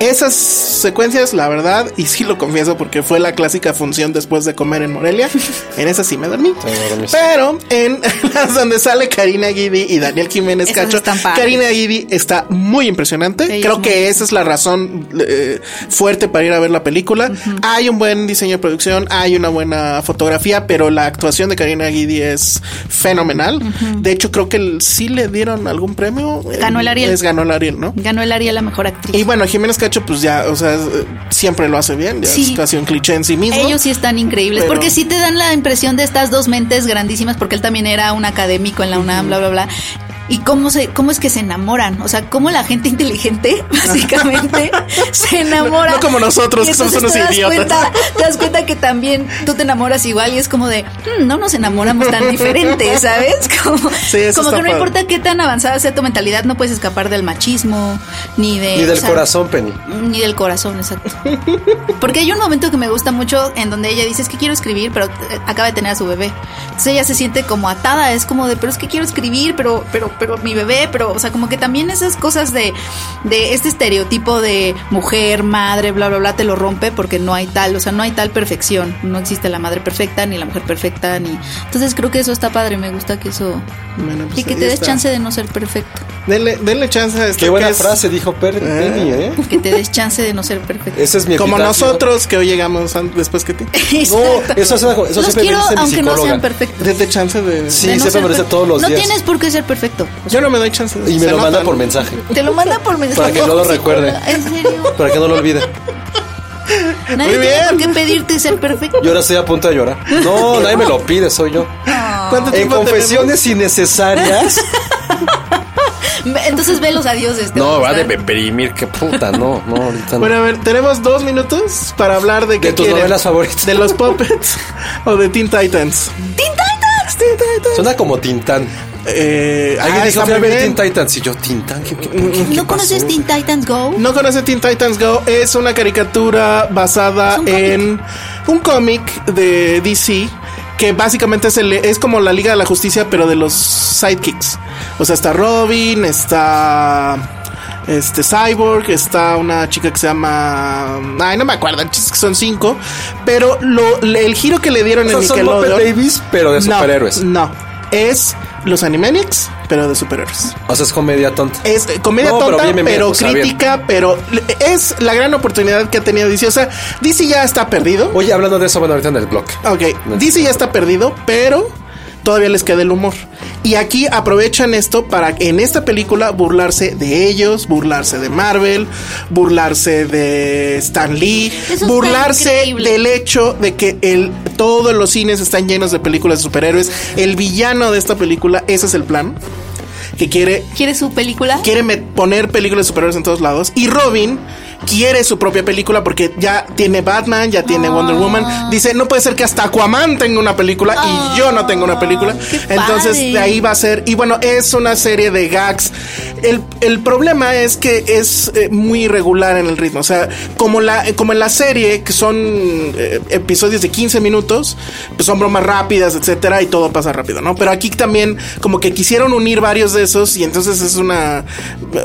S5: Esas secuencias, la verdad, y sí lo confieso porque fue la clásica función después de comer en Morelia, en esa sí me dormí.
S3: Te dormiste.
S5: Pero en las donde sale Karina Gidi y Daniel Jiménez
S4: Esas
S5: Cacho,
S4: están padres.
S5: Karina Gidi está muy impresionante.
S4: Ella
S5: Creo
S4: es
S5: que
S4: muy-
S5: esa es la razón eh, fuerte para ir a ver la película. Hay un buen diseño de producción, hay una buena fotografía, pero la actuación de Karina Gidi es fenomenal. De hecho, creo que el- sí le dieron algún premio.
S4: Ganó el Ariel.
S5: Es ganó el Ariel, ¿no?
S4: Ganó el Ariel a mejor actriz.
S5: Y bueno, Jiménez Cacho, pues ya, o sea, es- eh, siempre lo hace bien, ya
S4: Sí.
S5: es casi un cliché en sí mismo.
S4: Ellos sí están increíbles,
S5: Pero-
S4: porque sí te dan la impresión de estas dos mentes grandísimas, porque él también era un académico en la UNAM, bla, bla, bla. Y cómo, se, cómo es que se enamoran, o sea, cómo la gente inteligente, básicamente, se enamora.
S5: No- no como nosotros,
S4: Y
S5: que somos
S4: entonces
S5: unos
S4: te das
S5: idiotas.
S4: cuenta- te das cuenta que también tú te enamoras igual y es como de, "Hmm, no nos enamoramos tan diferentes, ¿sabes? Como,
S5: Sí, eso
S4: como
S5: está
S4: que no
S5: padre.
S4: importa qué tan avanzada sea tu mentalidad, no puedes escapar del machismo, ni de...
S3: Ni
S4: o
S3: del
S4: sea,
S3: corazón, Penny.
S4: ni del corazón, exacto. Porque hay un momento que me gusta mucho en donde ella dice, es que quiero escribir, pero eh, acaba de tener a su bebé. Entonces ella se siente como atada, es como de, pero es que quiero escribir, pero, pero, pero mi bebé, pero, o sea, como que también esas cosas de, de este estereotipo de mujer, madre, bla, bla, bla, te lo rompe porque no hay tal, o sea, no hay tal perfección. No existe la madre perfecta, ni la mujer perfecta, ni... Entonces creo que eso está padre, me gusta que eso...
S5: Bueno, pues
S4: y que
S5: ahí
S4: te des
S5: está.
S4: chance de no ser perfecto.
S5: Denle, denle chance a esto.
S3: Qué buena
S5: que es
S3: frase dijo Per- Penny, ¿eh?
S4: Que te des chance de no ser perfecto.
S3: Esa es mi
S5: Como
S3: epitafio.
S5: nosotros que hoy llegamos an- después que ti.
S3: No,
S4: Exacto.
S3: eso, es una- eso
S4: Los
S3: siempre
S4: quiero
S3: me dice mi
S4: aunque no
S3: psicóloga.
S4: sean perfectos.
S5: Denle chance de.
S3: Sí,
S4: De no
S3: siempre
S4: ser
S3: me lo dice
S4: per-
S3: todos los
S4: no
S3: días.
S4: tienes por qué ser perfecto. O sea,
S5: Yo no me doy chance.
S3: Y me
S5: se
S3: lo manda
S5: notan.
S3: por mensaje.
S4: te lo manda por mensaje.
S3: Para que no lo recuerde.
S4: En serio.
S3: Para que no lo olvide.
S4: Nadie
S5: Muy
S4: tiene por qué
S5: bien.
S4: pedirte ser perfecto.
S3: Yo ahora estoy a punto de llorar. No, nadie me lo pide, soy yo.
S4: Ah.
S5: ¿Cuánto
S3: En
S5: tiempo
S3: confesiones innecesarias.
S4: Entonces ve los adioses. te
S3: No,
S4: van
S3: va
S4: a
S3: de
S4: gustar.
S3: deprimir, qué puta. No, no, ahorita
S5: tenemos?
S3: no.
S5: Bueno, a ver, tenemos dos minutos para hablar de qué
S3: de tus
S5: quieren.
S3: novelas favoritas.
S5: De los Puppets o de Teen Titans.
S3: Suena como Tintán.
S5: Eh,
S3: Alguien
S5: ah,
S3: dijo,
S5: está
S3: "Fui a
S5: muy
S3: ver
S5: bien.
S3: Teen Titans y yo, Teen Titans. ¿qué- qué- qué- qué
S4: ¿No
S3: pasó?"
S4: conoces Teen Titans Go?
S5: No conoce Teen Titans Go es una caricatura basada
S4: Es un cómic.
S5: en un cómic de DC que básicamente es, el- es como la Liga de la Justicia pero de los sidekicks. O sea, está Robin, está este Cyborg, está una chica que se llama ay no me acuerdo, el chiste es que son cinco, pero lo- el giro que le dieron
S3: O sea,
S5: en
S3: son Muppet
S5: Nickelodeon
S3: Babies, pero de
S5: No,
S3: superhéroes.
S5: No, es los Animaniacs, pero de superhéroes.
S3: O sea, es comedia tonta.
S5: Es eh, comedia
S3: No, pero
S5: tonta, pero,
S3: bien, bien, bien, o sea, bien.
S5: crítica, pero le- es la gran oportunidad que ha tenido DC. O sea, DC ya está perdido.
S3: Oye, hablando de eso, bueno, ahorita en el blog.
S5: Ok,
S3: No.
S5: DC ya está perdido, pero todavía les queda el humor. Y aquí aprovechan esto para en esta película burlarse de ellos, burlarse de Marvel, burlarse de Stan Lee,
S4: Eso está
S5: burlarse
S4: increíble.
S5: del hecho de que el, todos los cines están llenos de películas de superhéroes. El villano de esta película, ese es el plan, que quiere
S4: ¿Quieres su película?
S5: quiere met- poner películas de superhéroes en todos lados y Robin quiere su propia película porque ya tiene Batman, ya
S4: Ah.
S5: tiene Wonder Woman. Dice, no puede ser que hasta Aquaman tenga una película y yo no tengo una película.
S4: qué
S5: Entonces
S4: padre.
S5: de ahí va a ser. Y bueno, es una serie de gags. El, el problema es que es eh, muy irregular en el ritmo. O sea, como, la, como en la serie, que son eh, episodios de 15 minutos, pues son bromas rápidas, etcétera, y todo pasa rápido, ¿no? Pero aquí también, como que quisieron unir varios de esos, y entonces es una.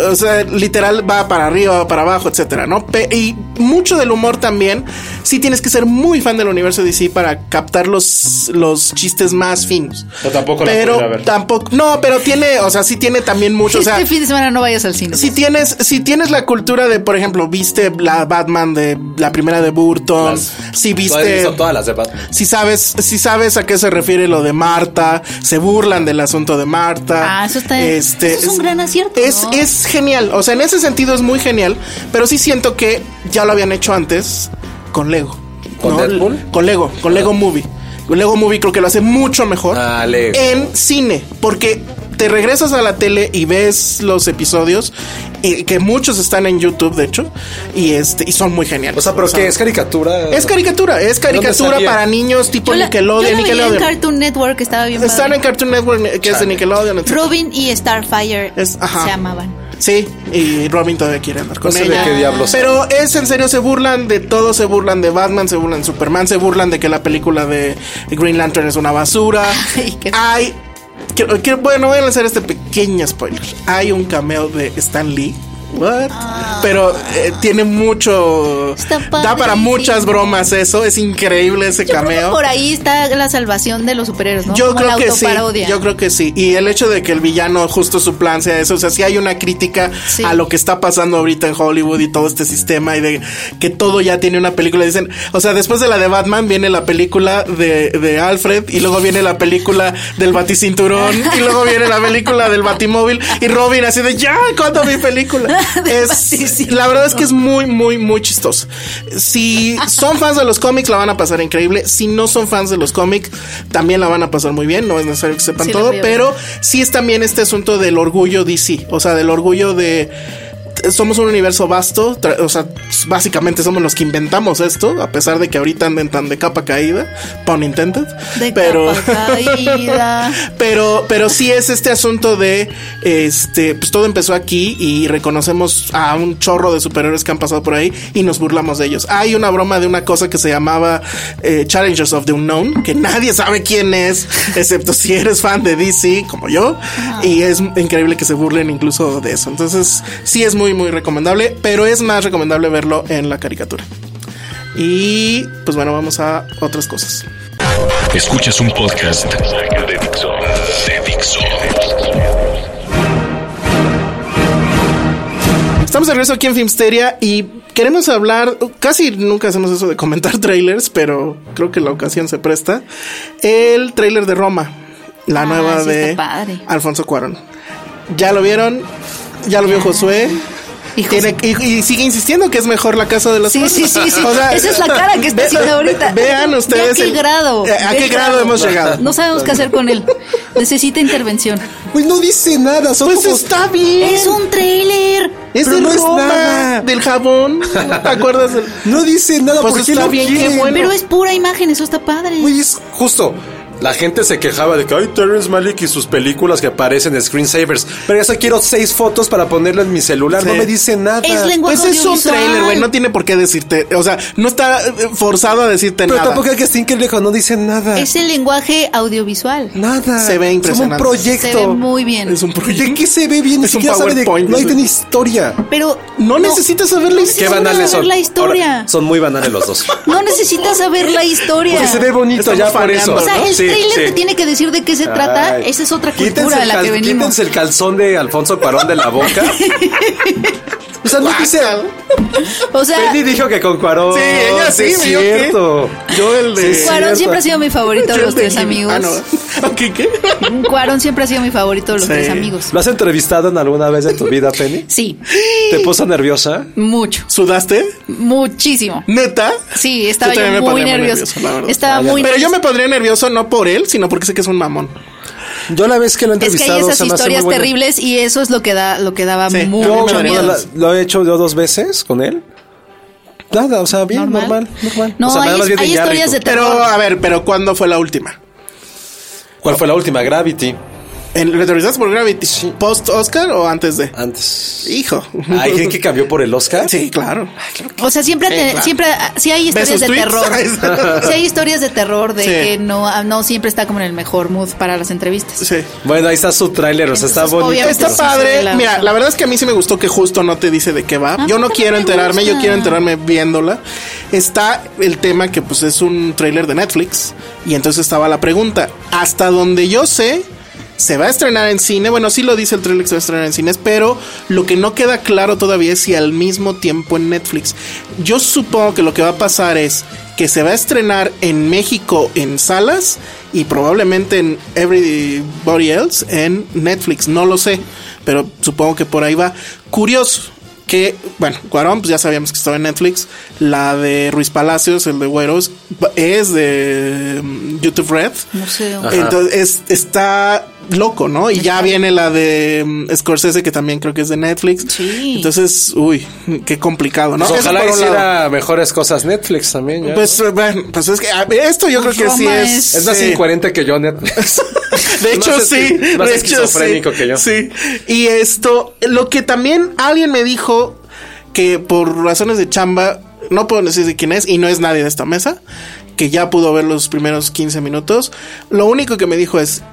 S5: O sea, literal va para arriba, va para abajo, etcétera, ¿no? Pe- y mucho del humor también. Sí tienes que ser muy fan del universo DC para captar los, los chistes más finos.
S3: O tampoco la
S5: Pero
S3: pudiera ver.
S5: tampoco. No, pero tiene, o sea, sí tiene también mucho. O sea,
S4: este fin de semana no vayas al cine.
S5: si tienes, si tienes la cultura de, por ejemplo, viste la Batman de la primera de Burton,
S3: Las-
S5: si
S3: Todas,
S5: viste.
S3: son todas las de Batman.
S5: Si sabes, si sabes a qué se refiere lo de Marta, se burlan del asunto de Marta. Este,
S4: Ah, eso está- eso es un gran acierto,
S5: Es,
S4: ¿no?
S5: es genial. O sea, en ese sentido es muy genial. Pero sí siento que ya lo habían hecho antes con Lego.
S3: ¿Con Deadpool?
S5: Con Lego, con Lego Movie. Lego Movie creo que lo hace mucho mejor
S3: Ah, Lego.
S5: en cine, porque te regresas a la tele y ves los episodios, y que muchos están en YouTube, de hecho, y este y son muy geniales.
S3: O sea, pero que es caricatura.
S5: Es caricatura, es caricatura
S3: salía?
S5: para niños tipo
S4: Yo la- yo
S5: Nickelodeon.
S4: la veía en
S5: Nickelodeon.
S4: Cartoon Network, estaba bien
S5: Están
S4: padre.
S5: en Cartoon Network, que es de Nickelodeon. etc.
S4: Robin y Starfire
S5: Es- ajá.
S4: se amaban.
S5: Sí, y Robin todavía quiere andar con
S3: No sé de
S5: ella.
S3: qué diablos.
S5: Pero es en serio, se burlan de todo, se burlan de Batman, se burlan de Superman, se burlan de que la película de Green Lantern es una basura.
S4: Ay, qué-
S5: Hay. quiero- quiero- bueno, voy a lanzar este pequeño spoiler. Hay un cameo de Stan Lee. What? Pero eh, tiene mucho.
S4: Ah. Está
S5: da para
S4: padrísimo.
S5: muchas bromas eso. Es increíble ese
S4: Yo creo
S5: cameo.
S4: que por ahí está la salvación de los superhéroes, ¿no?
S5: Yo
S4: Como
S5: creo
S4: la
S5: que sí.
S4: autoparodia.
S5: Yo creo que sí. Y el hecho de que el villano justo su plan sea eso, o sea, sí hay una crítica
S4: Sí.
S5: a lo que está pasando ahorita en Hollywood y todo este sistema y de que todo ya tiene una película. Dicen, o sea, después de la de Batman viene la película de, de Alfred y luego viene la película del Baticinturón y luego viene la película del Batimóvil y Robin así de ya, ¿cuándo mi película?
S4: Del
S5: es,
S4: Baticinturón.
S5: la verdad es que es muy, muy, muy chistoso. Si son fans de los cómics, la van a pasar increíble. Si no son fans de los cómics, también la van a pasar muy bien. No es necesario que sepan
S4: Sí, la
S5: todo,
S4: voy a ver.
S5: pero sí es también este asunto del orgullo DC, o sea, del orgullo de. eh, Somos un universo vasto, tra- o sea, básicamente somos los que inventamos esto, a pesar de que ahorita anden tan de capa caída, pun intended.
S4: De
S5: pero,
S4: capa caída.
S5: pero, pero sí es este asunto de este, pues todo empezó aquí y reconocemos a un chorro de superhéroes que han pasado por ahí y nos burlamos de ellos. Hay una broma de una cosa que se llamaba eh, Challengers of the Unknown, que nadie sabe quién es, excepto si eres fan de DC, como yo, y es increíble que se burlen incluso de eso. Entonces, sí es muy, muy recomendable, pero es más recomendable verlo en la caricatura. Y pues bueno, vamos a otras cosas.
S2: Escuchas un podcast de Dixo. De Dixo.
S5: Estamos de regreso aquí en Filmsteria y queremos hablar, casi nunca hacemos eso de comentar trailers, pero creo que la ocasión se presta. El trailer de Roma, la
S4: Ah,
S5: nueva
S4: sí
S5: de
S4: está padre.
S5: Alfonso Cuarón. ¿Ya lo vieron? ¿Ya lo vio Josué?
S4: Ah, Y Jos-
S5: Tiene- y, y sigue insistiendo que es mejor la casa de los
S4: Sí,
S5: Cuaros.
S4: sí, sí, sí.
S5: O sea,
S4: Esa es la cara que está
S5: ve-
S4: haciendo ahorita.
S5: Vean ustedes.
S4: ¿A qué
S5: el-
S4: grado?
S5: eh, ¿A
S4: Ve
S5: qué
S4: el
S5: grado hemos llegado?
S4: No sabemos qué hacer con él. Necesita intervención.
S3: Uy, no dice nada. Son
S5: Pues
S3: como-
S5: está bien.
S4: ¡Es un trailer!
S5: Es
S3: Pero
S5: de
S3: no es
S5: Roma,
S3: nada.
S5: del jabón. ¿Te acuerdas? del-
S3: No dice nada.
S5: Pues
S3: ¿por qué
S5: está
S3: lo
S5: bien, qué
S3: quieren?
S5: bueno.
S4: Pero es pura imagen, eso está padre.
S3: Uy, es justo. La gente se quejaba de que, ay, Terrence Malick y sus películas que aparecen screensavers. Pero eso quiero seis fotos para ponerle en mi celular.
S5: Sí.
S3: No me dice nada.
S4: Es lenguaje
S5: Pues es un
S4: audiovisual.
S5: trailer, güey. No tiene por qué decirte. O sea, no está eh, forzado a decirte
S3: Pero
S5: nada.
S3: tampoco hay que Stinker lejos, no dice nada.
S4: Es el lenguaje audiovisual.
S3: Nada.
S5: Se ve impresionante.
S3: Es un proyecto.
S4: Se ve muy bien.
S5: Es un proyecto.
S3: ¿De qué se ve bien? Ni
S5: Es un
S3: siquiera sabe de-
S5: PowerPoint,
S3: No hay
S5: es-
S3: ni historia.
S4: Pero
S5: No necesitas saber
S4: no
S5: la historia.
S4: necesitas
S5: Qué banales
S4: saber la historia.
S3: Ahora, son muy banales los dos.
S4: No necesitas saber la historia.
S3: Porque se ve bonito
S5: Estamos
S3: ya por eso.
S5: faneando,
S4: O sea,
S5: ¿no?
S4: el
S3: Sí,
S4: trailer
S3: sí.
S4: te tiene que decir de qué se trata.
S3: Ay.
S4: Esa es otra
S3: Quítense
S4: cultura a
S3: el
S4: la
S3: cal-
S4: que venimos.
S3: Quítense el calzón de Alfonso Cuarón de la boca. o sea, no dice algo.
S4: O sea,
S3: Penny dijo que con Cuarón.
S5: Sí, ella sí,
S3: es
S5: me dijo
S3: cierto.
S5: Yo el de.
S3: Sí,
S4: Cuarón
S3: cierto.
S4: siempre ha sido mi favorito de los tres amigos.
S5: Ah, no. Ok, ¿qué?
S4: Cuarón siempre ha sido mi favorito de los
S5: Sí.
S4: tres amigos.
S3: ¿Lo has entrevistado en alguna vez en tu vida, Penny?
S4: Sí,
S3: ¿Te puso nerviosa?
S4: mucho,
S5: ¿Sudaste?
S4: muchísimo.
S5: ¿Neta?
S4: Sí, estaba
S5: Yo
S4: yo,
S5: también me
S4: muy
S5: ponía muy
S4: nervioso.
S5: nervioso, la verdad.
S4: estaba muy
S5: Pero yo me pondría nervioso no por él, sino porque sé que es un mamón.
S3: Yo la vez que lo he
S4: Es que hay
S3: entrevistado
S4: esas
S3: se me hace
S4: historias
S3: muy buena-
S4: terribles y eso es lo que da, lo que daba
S5: Sí,
S4: mucho
S5: yo,
S3: Yo,
S5: me
S4: miedo.
S3: bueno, la- lo he hecho yo dos veces con él. Nada, o sea, bien, normal, normal.
S4: No,
S3: O sea, nada
S4: hay,
S3: más bien de
S4: hay
S3: Iñárritu.
S4: historias de
S5: Pero,
S4: terror.
S5: a ver, pero ¿cuándo fue la última?
S3: ¿Cuál fue la última? Gravity.
S5: ¿En, ¿Lo entrevistaste por Gravity? ¿Post Oscar o antes de?
S3: Antes.
S5: Hijo.
S3: ¿Hay gente que cambió por el Oscar?
S5: Sí, claro.
S4: O sea, siempre,
S5: Sí,
S4: te-
S5: claro.
S4: siempre, ah, sí hay historias
S5: ¿Ves
S4: de
S5: sus
S4: terror.
S5: tweets?
S4: sí hay historias de terror de
S5: Sí.
S4: que no, ah, no siempre está como en el mejor mood para las entrevistas.
S5: Sí.
S3: Bueno, ahí está su tráiler, o sea, está
S4: Entonces,
S3: bonito.
S4: obviamente
S5: Está
S4: sí se
S5: padre.
S4: ve la-
S5: Mira, la verdad es que a mí sí me gustó que justo no te dice de Ah, qué va.
S4: A
S5: yo
S4: mí
S5: no
S4: también
S5: quiero
S4: me
S5: enterarme, yo
S4: gusta.
S5: quiero enterarme viéndola. Está el tema que pues es un tráiler de Netflix y entonces estaba la pregunta, hasta donde yo sé se va a estrenar en cine, bueno, sí lo dice el tráiler que se va a estrenar en cines, pero lo que no queda claro todavía es si al mismo tiempo en Netflix. Yo supongo que lo que va a pasar es que se va a estrenar en México en salas y probablemente en Everybody Else en Netflix, no lo sé, pero supongo que por ahí va. Curioso que, bueno, Cuarón, pues ya sabíamos que estaba en Netflix, la de Ruiz Palacios, el de Güeros, es de mm, YouTube Red.
S4: Museo.
S5: Entonces es- está loco, ¿no? Y ya viene la de mm, Scorsese, que también creo que es de Netflix.
S4: Sí.
S5: Entonces, uy, qué complicado, ¿no?
S3: Pues
S5: Eso
S3: ojalá
S5: por un lado.
S3: hiciera mejores cosas Netflix también. ya,
S5: Pues, eh, bueno, pues es que a ver, esto yo
S4: Pues
S5: creo que sí
S4: Roma
S5: es.
S4: es-
S3: ¿no? es más
S5: sí.
S3: incoherente que yo Netflix.
S5: De hecho,
S3: Más
S5: sí.
S3: esqui- más
S5: de hecho,
S3: esquizofrénico
S5: sí,
S3: que yo.
S5: Sí. Y esto, lo que también alguien me dijo que por razones de chamba, no puedo decir de quién es y no es nadie de esta mesa, que ya pudo ver los primeros 15 minutos. Lo único que me dijo es.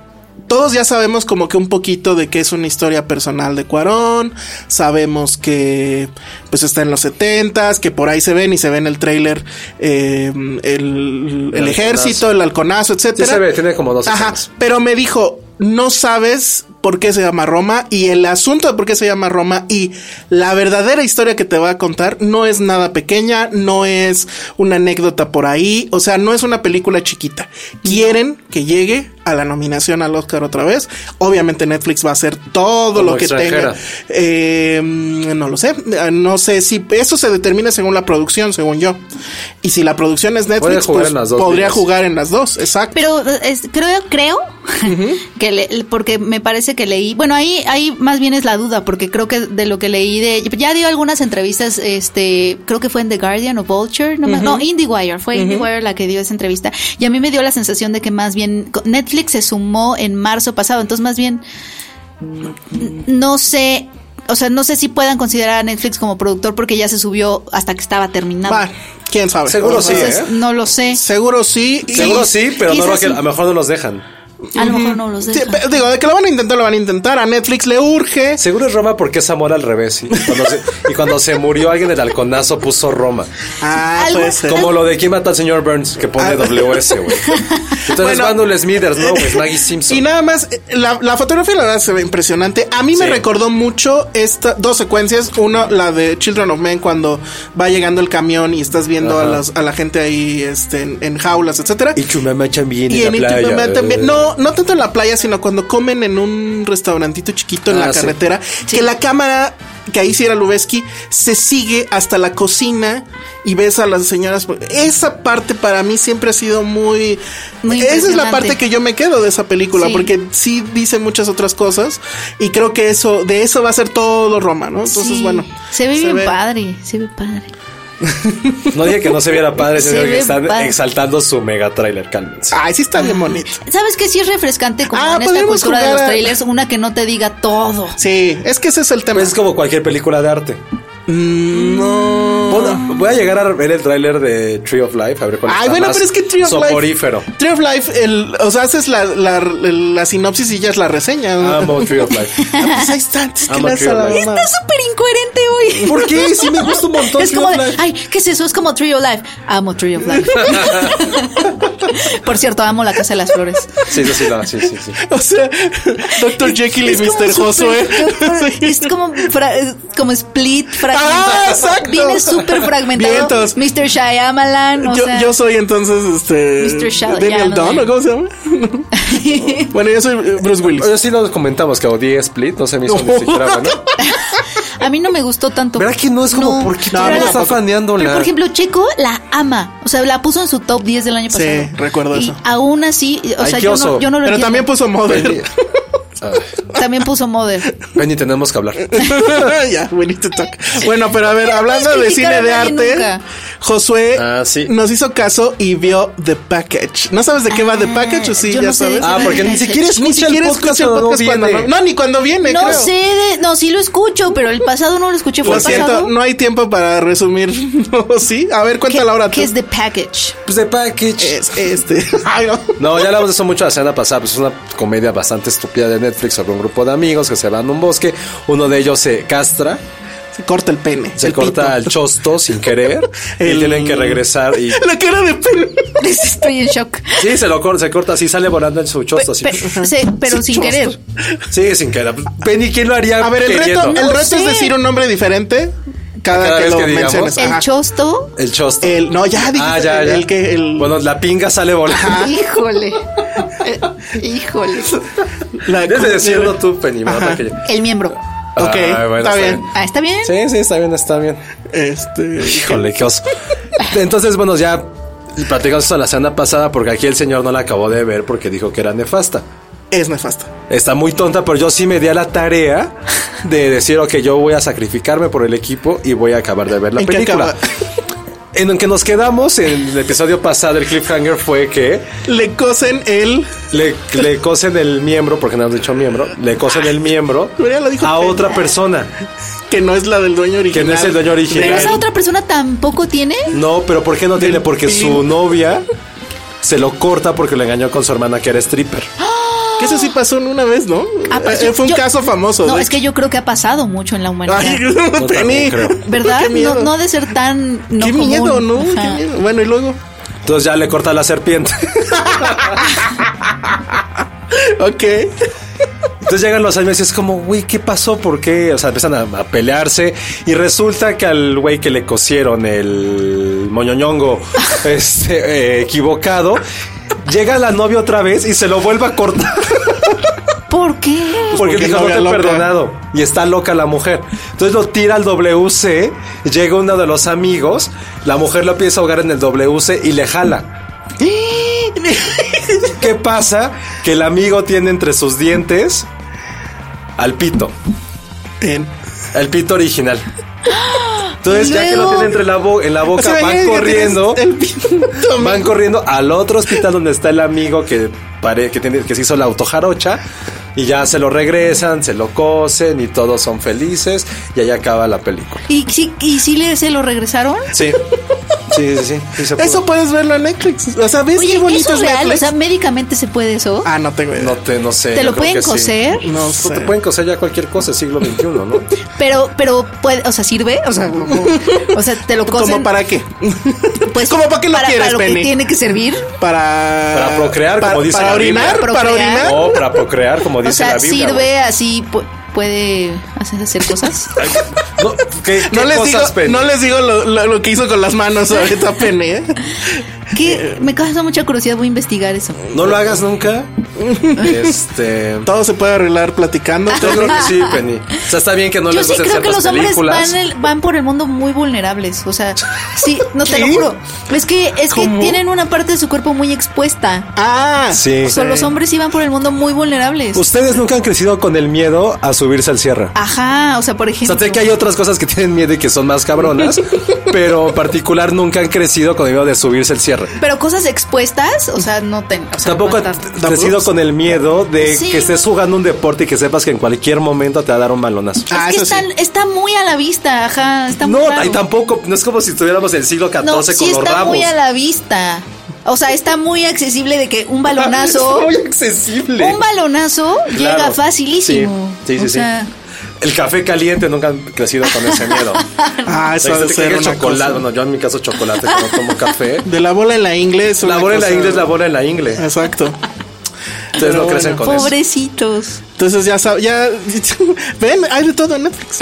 S5: Todos ya sabemos como que un poquito de que es una historia personal de Cuarón, sabemos que pues está en los 70s, que por ahí se ven y se ve en el trailer eh, el, el
S3: halconazo.
S5: ejército, el halconazo, etcétera.
S3: se ve, tiene como dos
S5: Ajá,
S3: escenas.
S5: pero me dijo, no sabes por qué se llama Roma y el asunto de por qué se llama Roma y la verdadera historia que te va a contar no es nada pequeña, no es una anécdota por ahí, o sea, no es una película chiquita. Quieren que llegue a la nominación al Oscar otra vez. Obviamente Netflix va a hacer todo
S3: Como
S5: lo que
S3: extranjera.
S5: tenga. Eh, no lo sé, no sé si eso se determina según la producción, según yo. Y si la producción es Netflix,
S3: jugar
S5: pues
S3: en las dos
S5: podría
S3: ligas.
S5: jugar en las dos, exacto.
S4: Pero es- creo, creo que le- porque me parece que leí, bueno, ahí, ahí más bien es la duda, porque creo que de lo que leí de, ya dio algunas entrevistas, este, creo que fue en The Guardian o Vulture, no, me- no IndieWire, fue IndieWire la que dio esa entrevista, y a mí me dio la sensación de que más bien co- Netflix se sumó en marzo pasado, entonces más bien, n- no sé. O sea, no sé si puedan considerar a Netflix como productor porque ya se subió hasta que estaba terminado.
S5: Va, quién sabe.
S3: Seguro sí,
S5: Entonces,
S3: ¿eh?
S4: No lo sé.
S5: Seguro sí. y-
S3: Seguro sí, pero no
S4: Quizás
S3: lo que,
S4: sí.
S3: a lo mejor no los dejan.
S4: A lo mejor no los
S5: Sí,
S4: dejan.
S5: pe- digo, de que lo van a intentar, lo van a intentar. A Netflix le urge.
S3: Seguro es Roma porque es amor al revés. Y cuando se, y cuando se murió alguien del halconazo puso Roma.
S5: Ah,
S4: Algo-
S5: puede ser.
S3: Como lo de quién mató al señor Burns, que pone
S5: Ah.
S3: WS, güey. Entonces,
S5: Bueno.
S3: Vandal Smithers, no, pues Maggie Simpson.
S5: Y nada más, eh, la, la fotografía la verdad se ve impresionante. A mí me
S3: Sí.
S5: recordó mucho estas dos secuencias. Una, la de Children of Men, cuando va llegando el camión y estás viendo a,
S3: Ajá.
S5: las- a la gente ahí este, en, en jaulas, etcétera.
S3: Y Chumama también
S5: Y
S3: en
S5: en
S3: la playa.
S5: Itumema también. No, no tanto en la playa, sino cuando comen en un restaurantito chiquito en
S3: Ah,
S5: la
S3: sí.
S5: carretera. Que la cámara, que ahí sí era Lubeski, se sigue hasta la cocina y ves a las señoras. Esa parte para mí siempre ha sido muy.
S4: Muy
S5: esa es la
S4: impresionante.
S5: parte que yo me quedo de esa película,
S4: Sí.
S5: porque sí dice muchas otras cosas. Y creo que eso, de eso va a ser todo Roma, ¿no? Entonces,
S4: Sí,
S5: bueno.
S4: Se ve bien padre, se ve padre.
S3: No dije que no se viera padre,
S4: Se
S3: sino que
S4: ve
S3: están
S4: padre.
S3: exaltando su mega trailer, cálmense.
S5: Ay, sí está
S4: Ah.
S5: bien bonito.
S4: ¿Sabes qué? Sí es refrescante como
S5: Ah,
S4: en esta
S5: podemos
S4: cultura de
S5: jugar
S4: los
S5: a-
S4: trailers, una que no te diga todo.
S5: Sí, es que ese es el tema.
S3: Pues es como cualquier película de arte.
S5: Mm, no.
S3: Bueno, voy a llegar a ver el tráiler de Tree of Life, a ver cuál
S5: Ay,
S3: está
S5: bueno,
S3: más
S5: pero es que Tree of
S3: soporífero.
S5: Life. Tree of Life, el, o sea, haces la, la, la sinopsis y ya es la reseña.
S3: Amo Tree of Life.
S5: Ah, pues ahí está, antes que
S3: Amo
S5: la
S3: Tree of Life.
S4: Está súper incoherente hoy.
S3: ¿Por qué? Sí me gusta un montón
S4: Es
S3: Tree
S4: como
S3: of
S4: de,
S3: Life.
S4: ay, ¿qué es eso? Es como Tree of Life. Amo Tree of Life. Por cierto, amo la Casa de las Flores.
S3: Sí, sí, sí, no, sí, sí, sí.
S5: O sea, Dr. Jekyll y
S4: Es como súper-
S5: Mr. Josué.
S4: Es como, fra- es como split fragmentado.
S5: Ah, exacto.
S4: Viene súper fragmentado.
S5: Vientos.
S4: Mr. Shyamalan. O
S5: Yo,
S4: sea,
S5: yo soy entonces este.
S4: Mr. Shadow,
S5: Daniel
S4: ya, no
S5: Dunn,
S4: sé.
S5: ¿o cómo se llama? bueno, yo soy eh, Bruce Willis.
S3: Oye, sí nos comentamos que odié Split, no se me hizo ni siquiera bueno.
S4: a mí no me gustó tanto.
S3: ¿Verdad que no es como por qué
S4: pero
S3: todo el
S4: la-
S3: mundo está faneando
S4: Pero
S3: la-
S5: Ah.
S4: por ejemplo, Checo la ama. O sea, la puso en su top 10 del año
S5: Sí,
S4: pasado.
S5: recuerdo
S4: y
S5: eso.
S4: Aún así, o
S3: Ay,
S4: sea,
S3: qué
S4: yo
S3: oso.
S4: no, yo no lo
S5: Pero
S4: entiendo.
S5: también puso Mother.
S4: También puso Mother.
S3: Penny, tenemos que hablar.
S5: ya, we need to talk. Bueno, pero a ver, hablando de
S4: criticar
S5: cine
S4: a
S5: de
S4: nadie
S5: arte,
S4: nunca.
S5: Josué
S3: Ah, sí.
S5: nos hizo caso y vio The Package. ¿No sabes de qué va The Package o sí?
S4: Ah, yo
S5: Ya
S4: no sé de
S5: sabes.
S4: qué va
S3: Ah,
S4: Ah,
S3: porque ni siquiera
S5: Ni
S3: escucha el
S5: siquiera
S3: podcast
S5: escucha el
S3: cuando
S5: podcast
S3: viene.
S5: cuando no. No, ni cuando viene.
S4: No
S5: creo.
S4: sé de. No, sí lo escucho, pero el pasado no lo escuché. ¿Fue
S5: Lo
S4: el pasado?
S5: siento, no hay tiempo para resumir. No, sí. A ver,
S4: ¿Qué,
S5: cuéntala ahora tú.
S4: qué es The Package?
S3: Pues de package.
S5: Es este. Ay, no.
S3: No, ya hablamos de eso mucho la semana pasada. Pues es una comedia bastante estúpida de Netflix sobre un grupo de amigos que se van a un bosque. Uno de ellos se castra,
S5: Se corta el pene.
S3: se
S5: el
S3: corta
S5: pito.
S3: el chosto sin querer y
S5: El-
S3: tienen que regresar. Y
S5: La cara de pene.
S4: Estoy en shock.
S3: sí, se lo corta, se corta así, sale volando en su chosto.
S5: Pues,
S3: Así.
S4: Pero, se- pero sin querer.
S3: Sí, sin querer. Penny, ¿quién lo haría?
S5: A ver, el reto,
S3: queriendo?
S5: el reto
S4: sé.
S5: es decir un nombre diferente cada,
S3: Cada
S5: que
S3: vez
S5: lo
S3: que digamos.
S5: menciones. Ajá.
S4: El chosto.
S3: El chosto.
S5: El- no, ya dije.
S3: Ah, ya,
S5: el,
S3: ya.
S5: el que el,
S3: Bueno, la pinga sale volando.
S4: Híjole. Eh, Híjole.
S5: la-
S3: Debes de decirlo tú, Penny. me
S5: Ajá.
S3: nota que yo-
S4: El miembro.
S5: Ok,
S3: Ah, bueno,
S5: está bien.
S4: Ah, ¿está bien?
S3: Sí, sí, está bien, está bien.
S5: Este,
S3: Híjole, qué oso. Entonces, bueno, ya platicamos eso la semana pasada porque aquí el señor no la acabó de ver porque dijo que era nefasta.
S5: es nefasto.
S3: Está muy tonta, pero yo sí me di a la tarea de decir, ok, yo voy a sacrificarme por el equipo y voy a acabar de ver la
S5: ¿En qué
S3: película.
S5: acaba?
S3: En el que nos quedamos en el episodio pasado, el cliffhanger fue que
S5: Le cosen el.
S3: le, le cosen el miembro, porque no han dicho miembro, le cosen el miembro
S5: Pero ya lo dijo
S3: a
S5: Penny.
S3: otra persona.
S5: que no es la del dueño original.
S3: no es el dueño original.
S4: ¿Pero
S5: Del-
S4: esa otra persona tampoco tiene?
S3: No, pero ¿por qué no tiene? Porque su novia se lo corta porque lo engañó con su hermana que era stripper.
S5: Que eso sí pasó en una vez, ¿no?
S4: Ah, pero
S5: Eh,
S4: yo-
S5: Fue un
S4: yo-
S5: caso famoso.
S4: No,
S5: de-
S4: es que yo creo que ha pasado mucho en la humanidad.
S5: Ay,
S3: No,
S5: Penny.
S3: también creo.
S4: ¿Verdad?
S5: Qué miedo.
S4: No, no ha de ser tan. No
S5: Qué
S4: común.
S5: miedo, ¿no?
S4: Ajá.
S5: Qué miedo. Bueno, y luego.
S3: Entonces ya le corta la serpiente.
S5: Ok.
S3: Entonces llegan los años y es como, güey, ¿qué pasó? ¿Por qué? O sea, empiezan a, a pelearse y resulta que al güey que le cosieron el moñoñongo este, eh, equivocado, llega la novia otra vez y se lo vuelve a cortar.
S4: ¿Por qué?
S3: Porque
S5: Pues porque
S3: dijo,
S5: no
S3: no te
S5: había
S3: he
S5: loca".
S3: perdonado. Y está loca la mujer. Entonces lo tira al WC, llega uno de los amigos, la mujer lo empieza a ahogar en el WC y le jala. ¿Qué pasa? Que el amigo tiene entre sus dientes al pito,
S5: Bien.
S3: el pito original. Entonces,
S4: ¿Y
S3: ya que lo
S4: luego?
S3: tiene entre la, bo- en la boca,
S5: O sea, ya-
S3: van
S5: ya
S3: corriendo.
S5: tienes El pito,
S3: Van corriendo al otro hospital donde está el amigo que, pare- que, tiene, que se hizo la autojarocha y ya se lo regresan, se lo cosen y todos son felices y ahí acaba la película.
S4: ¿Y sí, y sí le, se lo regresaron?
S3: Sí, sí, sí, sí, sí se pudo.
S5: Eso puedes verlo en Netflix. O sea, ¿ves
S4: Oye,
S5: qué bonito
S4: ¿eso es real?
S5: Netflix?
S4: O sea, médicamente se puede eso.
S5: ah, no tengo idea.
S3: no te, no sé.
S4: ¿Te
S3: yo
S4: lo
S3: creo
S4: pueden
S3: que sí.
S4: coser?
S5: No
S3: No pues, te
S5: sé.
S3: pueden coser ya cualquier cosa, siglo XXI, ¿no?
S4: Pero, pero, puede, o sea, ¿sirve? O sea, como- o sea te lo cosen.
S5: ¿Cómo para qué?
S4: pues,
S5: ¿Cómo para qué lo
S4: para,
S5: quieres,
S4: para lo que
S5: Penny?
S4: tiene que servir.
S5: Para...
S3: Para procrear,
S5: para,
S3: como dice
S5: Para
S3: la Biblia.
S5: orinar,
S4: Para
S5: para
S4: procrear.
S5: orinar.
S3: O para procrear, como
S4: Ah. O
S3: dice
S4: sea,
S3: la Biblia.
S4: sirve
S3: güey.
S4: así, pu- puede hacer, hacer cosas.
S3: No, ¿qué- qué
S5: No les, digo,
S3: cosas, Penny?
S5: no les digo lo, lo- lo que hizo con las manos ahorita Penny, ¿eh?
S4: ¿Qué? Me causa mucha curiosidad, voy a investigar eso.
S3: No lo hagas nunca. Este.
S5: Todo se puede arreglar platicando.
S3: Yo creo que sí, Penny. O sea, está bien que no
S4: Yo
S3: les
S4: sí
S3: gusten
S4: creo que
S3: ciertas
S4: los hombres
S3: películas.
S4: van, el- van por el mundo muy vulnerables. O sea, sí, no te lo
S5: ¿Qué?
S4: juro. Es que, es que
S5: ¿Cómo?
S4: tienen una parte de su cuerpo muy expuesta.
S5: Ah,
S3: Sí. Pues,
S4: O sea, los hombres iban por el mundo muy vulnerables.
S3: Ustedes nunca han crecido con el miedo a subirse al cierre.
S4: Ajá, o sea, por
S3: O
S4: ejemplo.
S3: sea, sé que hay otras cosas que tienen miedo y que son más cabronas, pero en particular nunca han crecido con el miedo de subirse al cierre.
S4: Pero cosas expuestas, o sea, no ten. o sea,
S3: Tampoco
S4: no
S3: han
S4: estás-
S3: crecido con el miedo de
S4: Sí.
S3: que estés jugando un deporte y que sepas que en cualquier momento te va a dar un balonazo.
S5: Ah,
S4: es que
S5: eso sí.
S4: están- está muy a la vista, ajá. Está muy
S3: No,
S4: raro.
S3: ahí tampoco, no es como si estuviéramos en el siglo XIV
S4: No,
S3: con
S4: sí
S3: los
S4: está
S3: ramos.
S4: muy a la vista. O sea, está muy accesible de que un balonazo.
S3: Es muy accesible.
S4: Un balonazo llega
S3: Claro.
S4: facilísimo.
S3: Sí, sí, sí.
S4: O
S3: sí.
S4: sea,
S3: El café caliente nunca han crecido con ese miedo.
S5: ah,
S3: O sea,
S5: eso ha de
S3: que te
S5: ser
S3: caiga
S5: una
S3: chocolate.
S5: cosa.
S3: Bueno, yo en mi caso chocolate, que no como café.
S5: De la bola en la inglés.
S3: La bola en la inglés, la bola en la inglés.
S5: Exacto.
S3: Ustedes no
S5: Pero
S3: crecen
S5: bueno.
S3: con eso.
S4: Pobrecitos.
S5: Entonces ya sabes, ya ven, hay de todo en Netflix.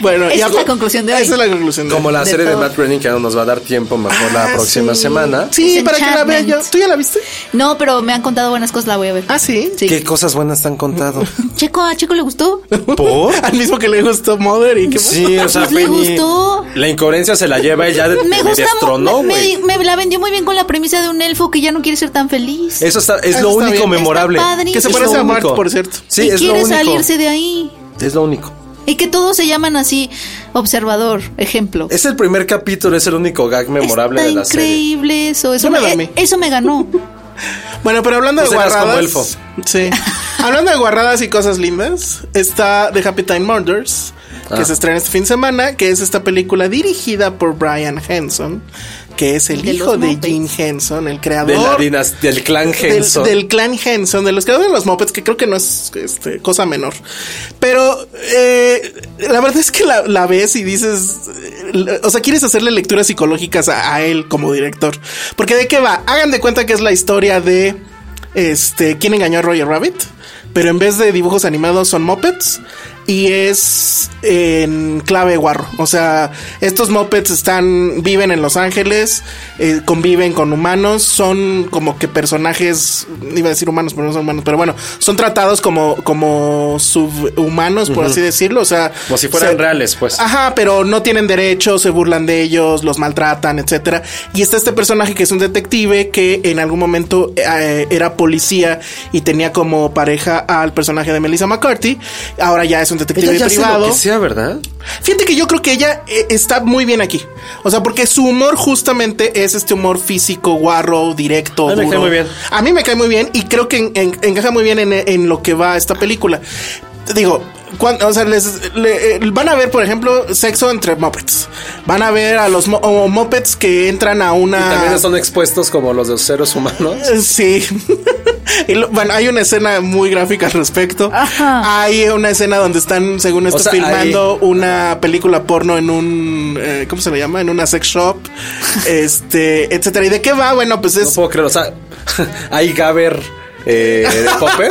S5: bueno,
S4: Esa
S5: y
S4: es la conclusión de hoy.
S5: Esa es la conclusión de
S3: Como
S5: hoy.
S3: la
S4: De
S3: serie
S4: todo.
S3: de Matt Groening que no nos va a dar tiempo mejor
S5: Ah,
S3: la próxima
S5: sí.
S3: semana.
S5: Sí, para que la vea yo.
S4: Disenchantment.
S5: ¿Tú ya la viste?
S4: No, pero me han contado buenas cosas, la voy a ver.
S5: Ah, sí.
S4: Sí.
S3: ¿Qué cosas buenas te han contado?
S4: Checo, a Checo le gustó.
S3: ¿Por?
S5: Al mismo que le gustó Mother y que
S3: Sí, o sea,
S4: Pues le
S3: Penny,
S4: gustó.
S3: La incoherencia se la lleva ella de,
S4: Me
S3: me
S4: gusta
S3: destronó,
S4: mu- me,
S3: güey.
S4: me- me la vendió muy bien con la premisa de un elfo que ya no quiere ser tan feliz.
S3: Eso está, es
S5: Eso
S3: lo
S5: está
S3: único
S5: bien.
S3: memorable.
S4: Está padre.
S5: Que se
S3: Es lo
S5: parece a Mark,
S3: único.
S5: por cierto.
S3: Sí,
S4: y
S3: es lo
S4: quiere
S3: único.
S4: salirse de ahí.
S3: Es lo único.
S4: Y que todos se llaman así, observador, ejemplo.
S3: Es el primer capítulo, es el único gag memorable
S4: Está
S3: de la serie.
S4: increíble eso. Eso
S5: Yo me
S4: me, eh,
S5: dormí.
S4: eso me ganó.
S5: Bueno, pero hablando
S3: Pues
S5: de
S3: eras
S5: guarradas.
S3: como elfo.
S5: Sí. hablando de guarradas y cosas lindas, está The Happy Time Murders, que
S3: Ah.
S5: se estrena este fin de semana, que es esta película dirigida por Brian Henson, que es el
S4: De los
S5: hijo de
S4: Muppets.
S5: Gene Henson, el
S3: De la
S5: creador
S3: dinas- del clan
S5: del-
S3: Henson.
S5: Del, clan Henson, de los creadores de los Muppets, que creo que no es este, cosa menor. Pero eh, la verdad es que la, la ves y dices, eh, la- o sea, quieres hacerle lecturas psicológicas a, a él como director. Porque de qué va, hagan de cuenta que es la historia de este, quién engañó a Roger Rabbit. Pero en vez de dibujos animados son mopeds y es en clave guarro. O sea, estos mopeds están viven en Los Ángeles, eh, conviven con humanos, son como que personajes, iba a decir humanos, pero no son humanos, pero bueno, son tratados como como subhumanos, por así decirlo. O sea,
S3: Como si fueran
S5: se- Ah,
S3: reales, pues.
S5: Ajá, pero no tienen derechos, se burlan de ellos, los maltratan, etcétera. Y está este personaje que es un detective que en algún momento eh, era policía y tenía como pareja al personaje de Melissa McCarthy. Ahora ya es un detective
S3: Ella ya hace lo
S5: privado.
S3: que sea, ¿verdad?
S5: Fíjate que yo creo que ella eh, está muy bien aquí. O sea, porque su humor justamente es este humor físico, guarro, directo.
S3: A mí me
S5: duro.
S3: cae muy bien.
S5: A mí me cae muy bien y creo que en- en- encaja muy bien en, en lo que va esta película. Digo, cuan- o sea, les, le- eh, van a ver, por ejemplo, sexo entre mopeds. Van a ver a los mo- o mopeds que entran a una.
S3: Y también son expuestos como los de los seres humanos.
S5: Sí. Y lo- bueno, hay una escena muy gráfica al respecto.
S4: Ajá.
S5: Hay una escena donde están, según esto,
S3: sea,
S5: filmando una película porno en un. eh, ¿Cómo se le llama? En una sex shop. este, etcétera. ¿Y de qué va? Bueno, pues
S3: No
S5: es.
S3: puedo creer, o sea, hay Gaber eh, de Popper,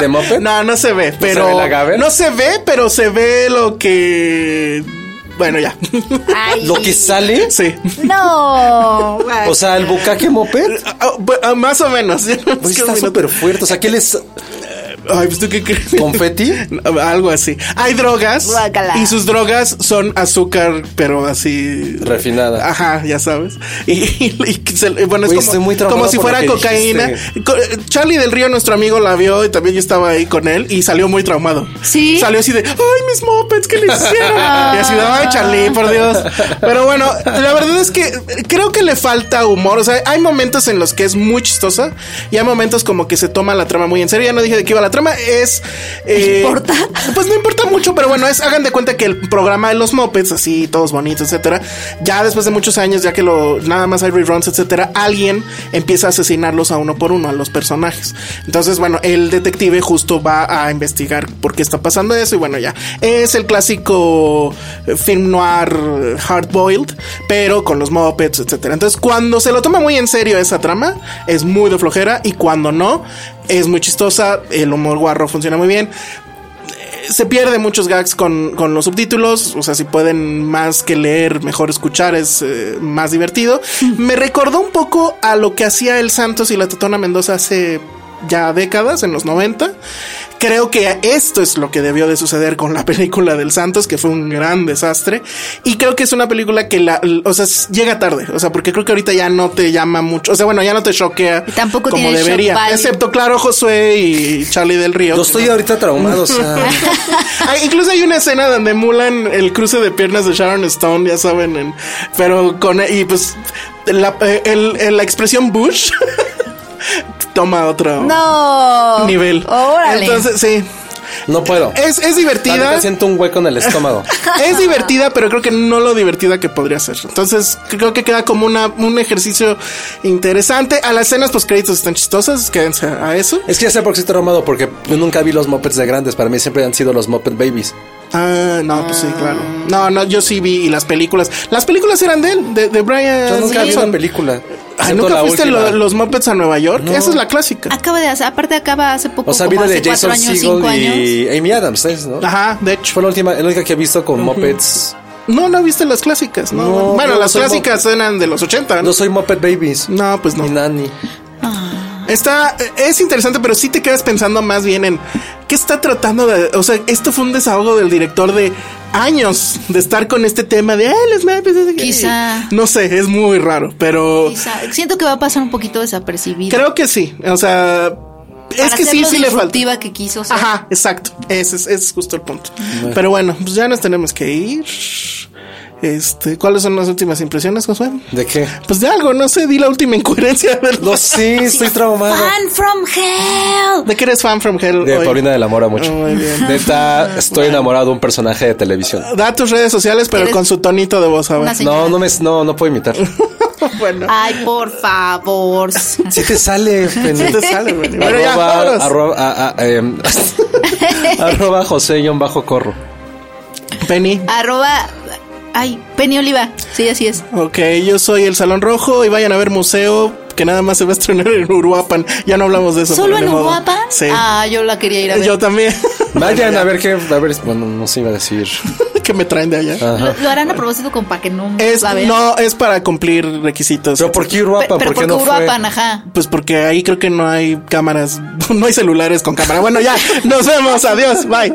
S3: de Moped.
S5: No, no se ve, pero.
S3: ve la Gaber?
S5: no se ve, pero se ve lo que. Bueno, ya.
S4: Ay.
S3: Lo que sale,
S5: sí.
S4: No.
S3: o sea, el bucaque Moped,
S5: Ah, bu- ah, más o menos.
S3: pues está súper fuerte. O sea, ¿qué les
S5: Ay, pues tú qué crees.
S3: confeti?
S5: Algo así. Hay drogas.
S4: Guácala.
S5: Y sus drogas son azúcar, pero así.
S3: Refinada.
S5: Ajá, ya sabes. Y, y- y se- bueno, es
S3: Güey,
S5: como,
S3: estoy muy traumado
S5: como si
S3: por lo
S5: fuera
S3: que
S5: cocaína.
S3: dijiste.
S5: Co- Charlie del Río, nuestro amigo, la vio y también yo estaba ahí con él y salió muy traumado.
S4: ¿Sí?
S5: Salió así de, ay, mis mopeds, ¿qué le hicieron? y así de, ay, Charlie, por Dios. Pero bueno, la verdad es que creo que le falta humor. O sea, hay momentos en los que es muy chistosa y hay momentos como que se toma la trama muy en serio. Ya no dije de qué iba la trama, es... eh,
S4: ¿Importa?
S5: Pues no importa mucho, pero bueno, es, hagan de cuenta que el programa de los mopeds, así, todos bonitos, etcétera, ya después de muchos años, ya que lo nada más hay reruns, etcétera, alguien empieza a asesinarlos a uno por uno, a los personajes. Entonces, bueno, el detective justo va a investigar por qué está pasando eso, y bueno, ya. Es el clásico eh, film noir eh, hard-boiled, pero con los mopeds, etcétera. Entonces, cuando se lo toma muy en serio esa trama, es muy de flojera, y cuando no, es muy chistosa, el humor guarro funciona muy bien se pierde muchos gags con, con los subtítulos. O sea, si pueden más que leer, mejor escuchar, es eh, más divertido.
S4: Mm.
S5: Me recordó un poco a lo que hacía el Santos y la Totona Mendoza hace ya décadas, en los 90. Creo que esto es lo que debió de suceder con la película del Santos, que fue un gran desastre. Y creo que es una película que la, o sea, llega tarde. O sea, porque creo que ahorita ya no te llama mucho. O sea, bueno, ya no te choquea.
S4: Y tampoco
S5: como
S4: tiene el shock
S5: debería.
S4: value.
S5: Excepto, claro, Josué y Charlie del Río.
S3: Yo estoy ahorita traumado, o sea.
S5: Hay- Ah, incluso hay una escena donde emulan el cruce de piernas de Sharon Stone, ya saben, en- pero con y pues la, eh, el- el- la expresión Bush toma otro
S4: No.
S5: nivel.
S4: Órale.
S5: Entonces, sí.
S3: No puedo.
S5: Es, es
S3: La neta,
S5: divertida.
S3: siento un hueco en el estómago.
S5: Es divertida, pero creo que no lo divertida que podría ser. Entonces, creo que queda como una, un ejercicio interesante. A las escenas post créditos están chistosas, quédense a eso.
S3: Es que ya sé por qué estoy traumado, porque yo nunca vi los mopeds de grandes. Para mí siempre han sido los moped babies.
S5: Ah, no, pues sí, claro. No, no, yo sí vi y las películas. Las películas eran de él, de, de Brian.
S3: Yo nunca vi
S5: Wilson.
S3: una película.
S5: Ay,
S3: excepto
S5: Ah, ¿Nunca
S3: la
S5: fuiste
S3: última.
S5: lo- los Muppets a Nueva York? Esa es la clásica.
S4: Acaba de hacer, aparte acaba hace poco.
S3: O sea, vi
S4: como
S3: la de
S4: hace cuatro
S3: Jason
S4: años, cinco
S3: Segel
S4: años.
S3: y Amy Adams, ¿sabes? ¿no?
S5: Ajá, de hecho.
S3: Fue la última, la única que he visto con mopeds.
S5: No, no viste las clásicas, ¿no?
S3: No,
S5: bueno,
S3: no,
S5: las
S3: soy
S5: clásicas eran de los 80, ¿no?
S3: No soy moped babies.
S5: No, pues no.
S3: Ni nani.
S5: Está, eh, es interesante, pero sí te quedas pensando más bien en qué está tratando de. O sea, esto fue un desahogo del director de años de estar con este tema de. "Ay, los Muppets", eh,
S4: Quizá.
S5: No sé, es muy raro, pero.
S4: Quizá- Siento que va a pasar un poquito desapercibido.
S5: Creo que sí. O sea, es
S4: Para
S5: que
S4: ser
S5: sí,
S4: lo
S5: sí le falta.
S4: disruptiva que quiso ser.
S5: Ajá, exacto. Ese es, ese es justo el punto. Pero bueno, pues ya nos tenemos que ir. Este, ¿cuáles son las últimas impresiones, Josué?
S3: ¿De qué?
S5: Pues de algo, no sé, di la última incoherencia de
S3: No, sí, estoy traumado.
S4: Fan from hell.
S5: ¿De qué eres fan from hell?
S3: De
S5: hoy?
S3: Paulina de la Mora mucho.
S5: Muy bien.
S3: Neta, estoy enamorado de un personaje de televisión.
S5: Da tus redes sociales, pero
S4: ¿Eres-
S5: con su tonito de voz, a ver.
S4: Una señora.
S3: No, no me, no, no puedo imitar.
S5: Bueno,
S4: Ay, por favor.
S3: Si te sale,
S5: sí
S3: pendejo.
S5: te sale, güey. Bueno, ya, vámonos.
S3: Arroba, arroba, a- a- em, arroba José-Corro.
S5: Penny.
S4: Arroba. Ay, Penny Oliva. Sí, así es.
S5: Ok, yo soy el Salón Rojo y vayan a ver museo que nada más se va a estrenar en Uruapan. Ya no hablamos de eso.
S4: ¿Solo
S5: pero
S4: en
S5: ni modo.
S4: Uruapan?
S5: Sí. Eh,
S4: Ah, yo la quería ir a ver.
S5: yo también.
S3: Vayan a ver qué. A ver, bueno, no se iba a decir.
S5: que me traen de allá.
S4: Lo, lo harán a propósito con para que no
S5: Es,
S4: la vean.
S5: no, es para cumplir requisitos.
S3: Pero ¿por qué
S4: Pe-
S3: Uruapan?
S4: pero
S3: ¿Por qué
S4: porque
S3: no fue?
S4: Uruapan, ajá.
S5: Pues porque ahí creo que no hay cámaras, no hay celulares con cámara. Bueno, ya, nos vemos, adiós, bye.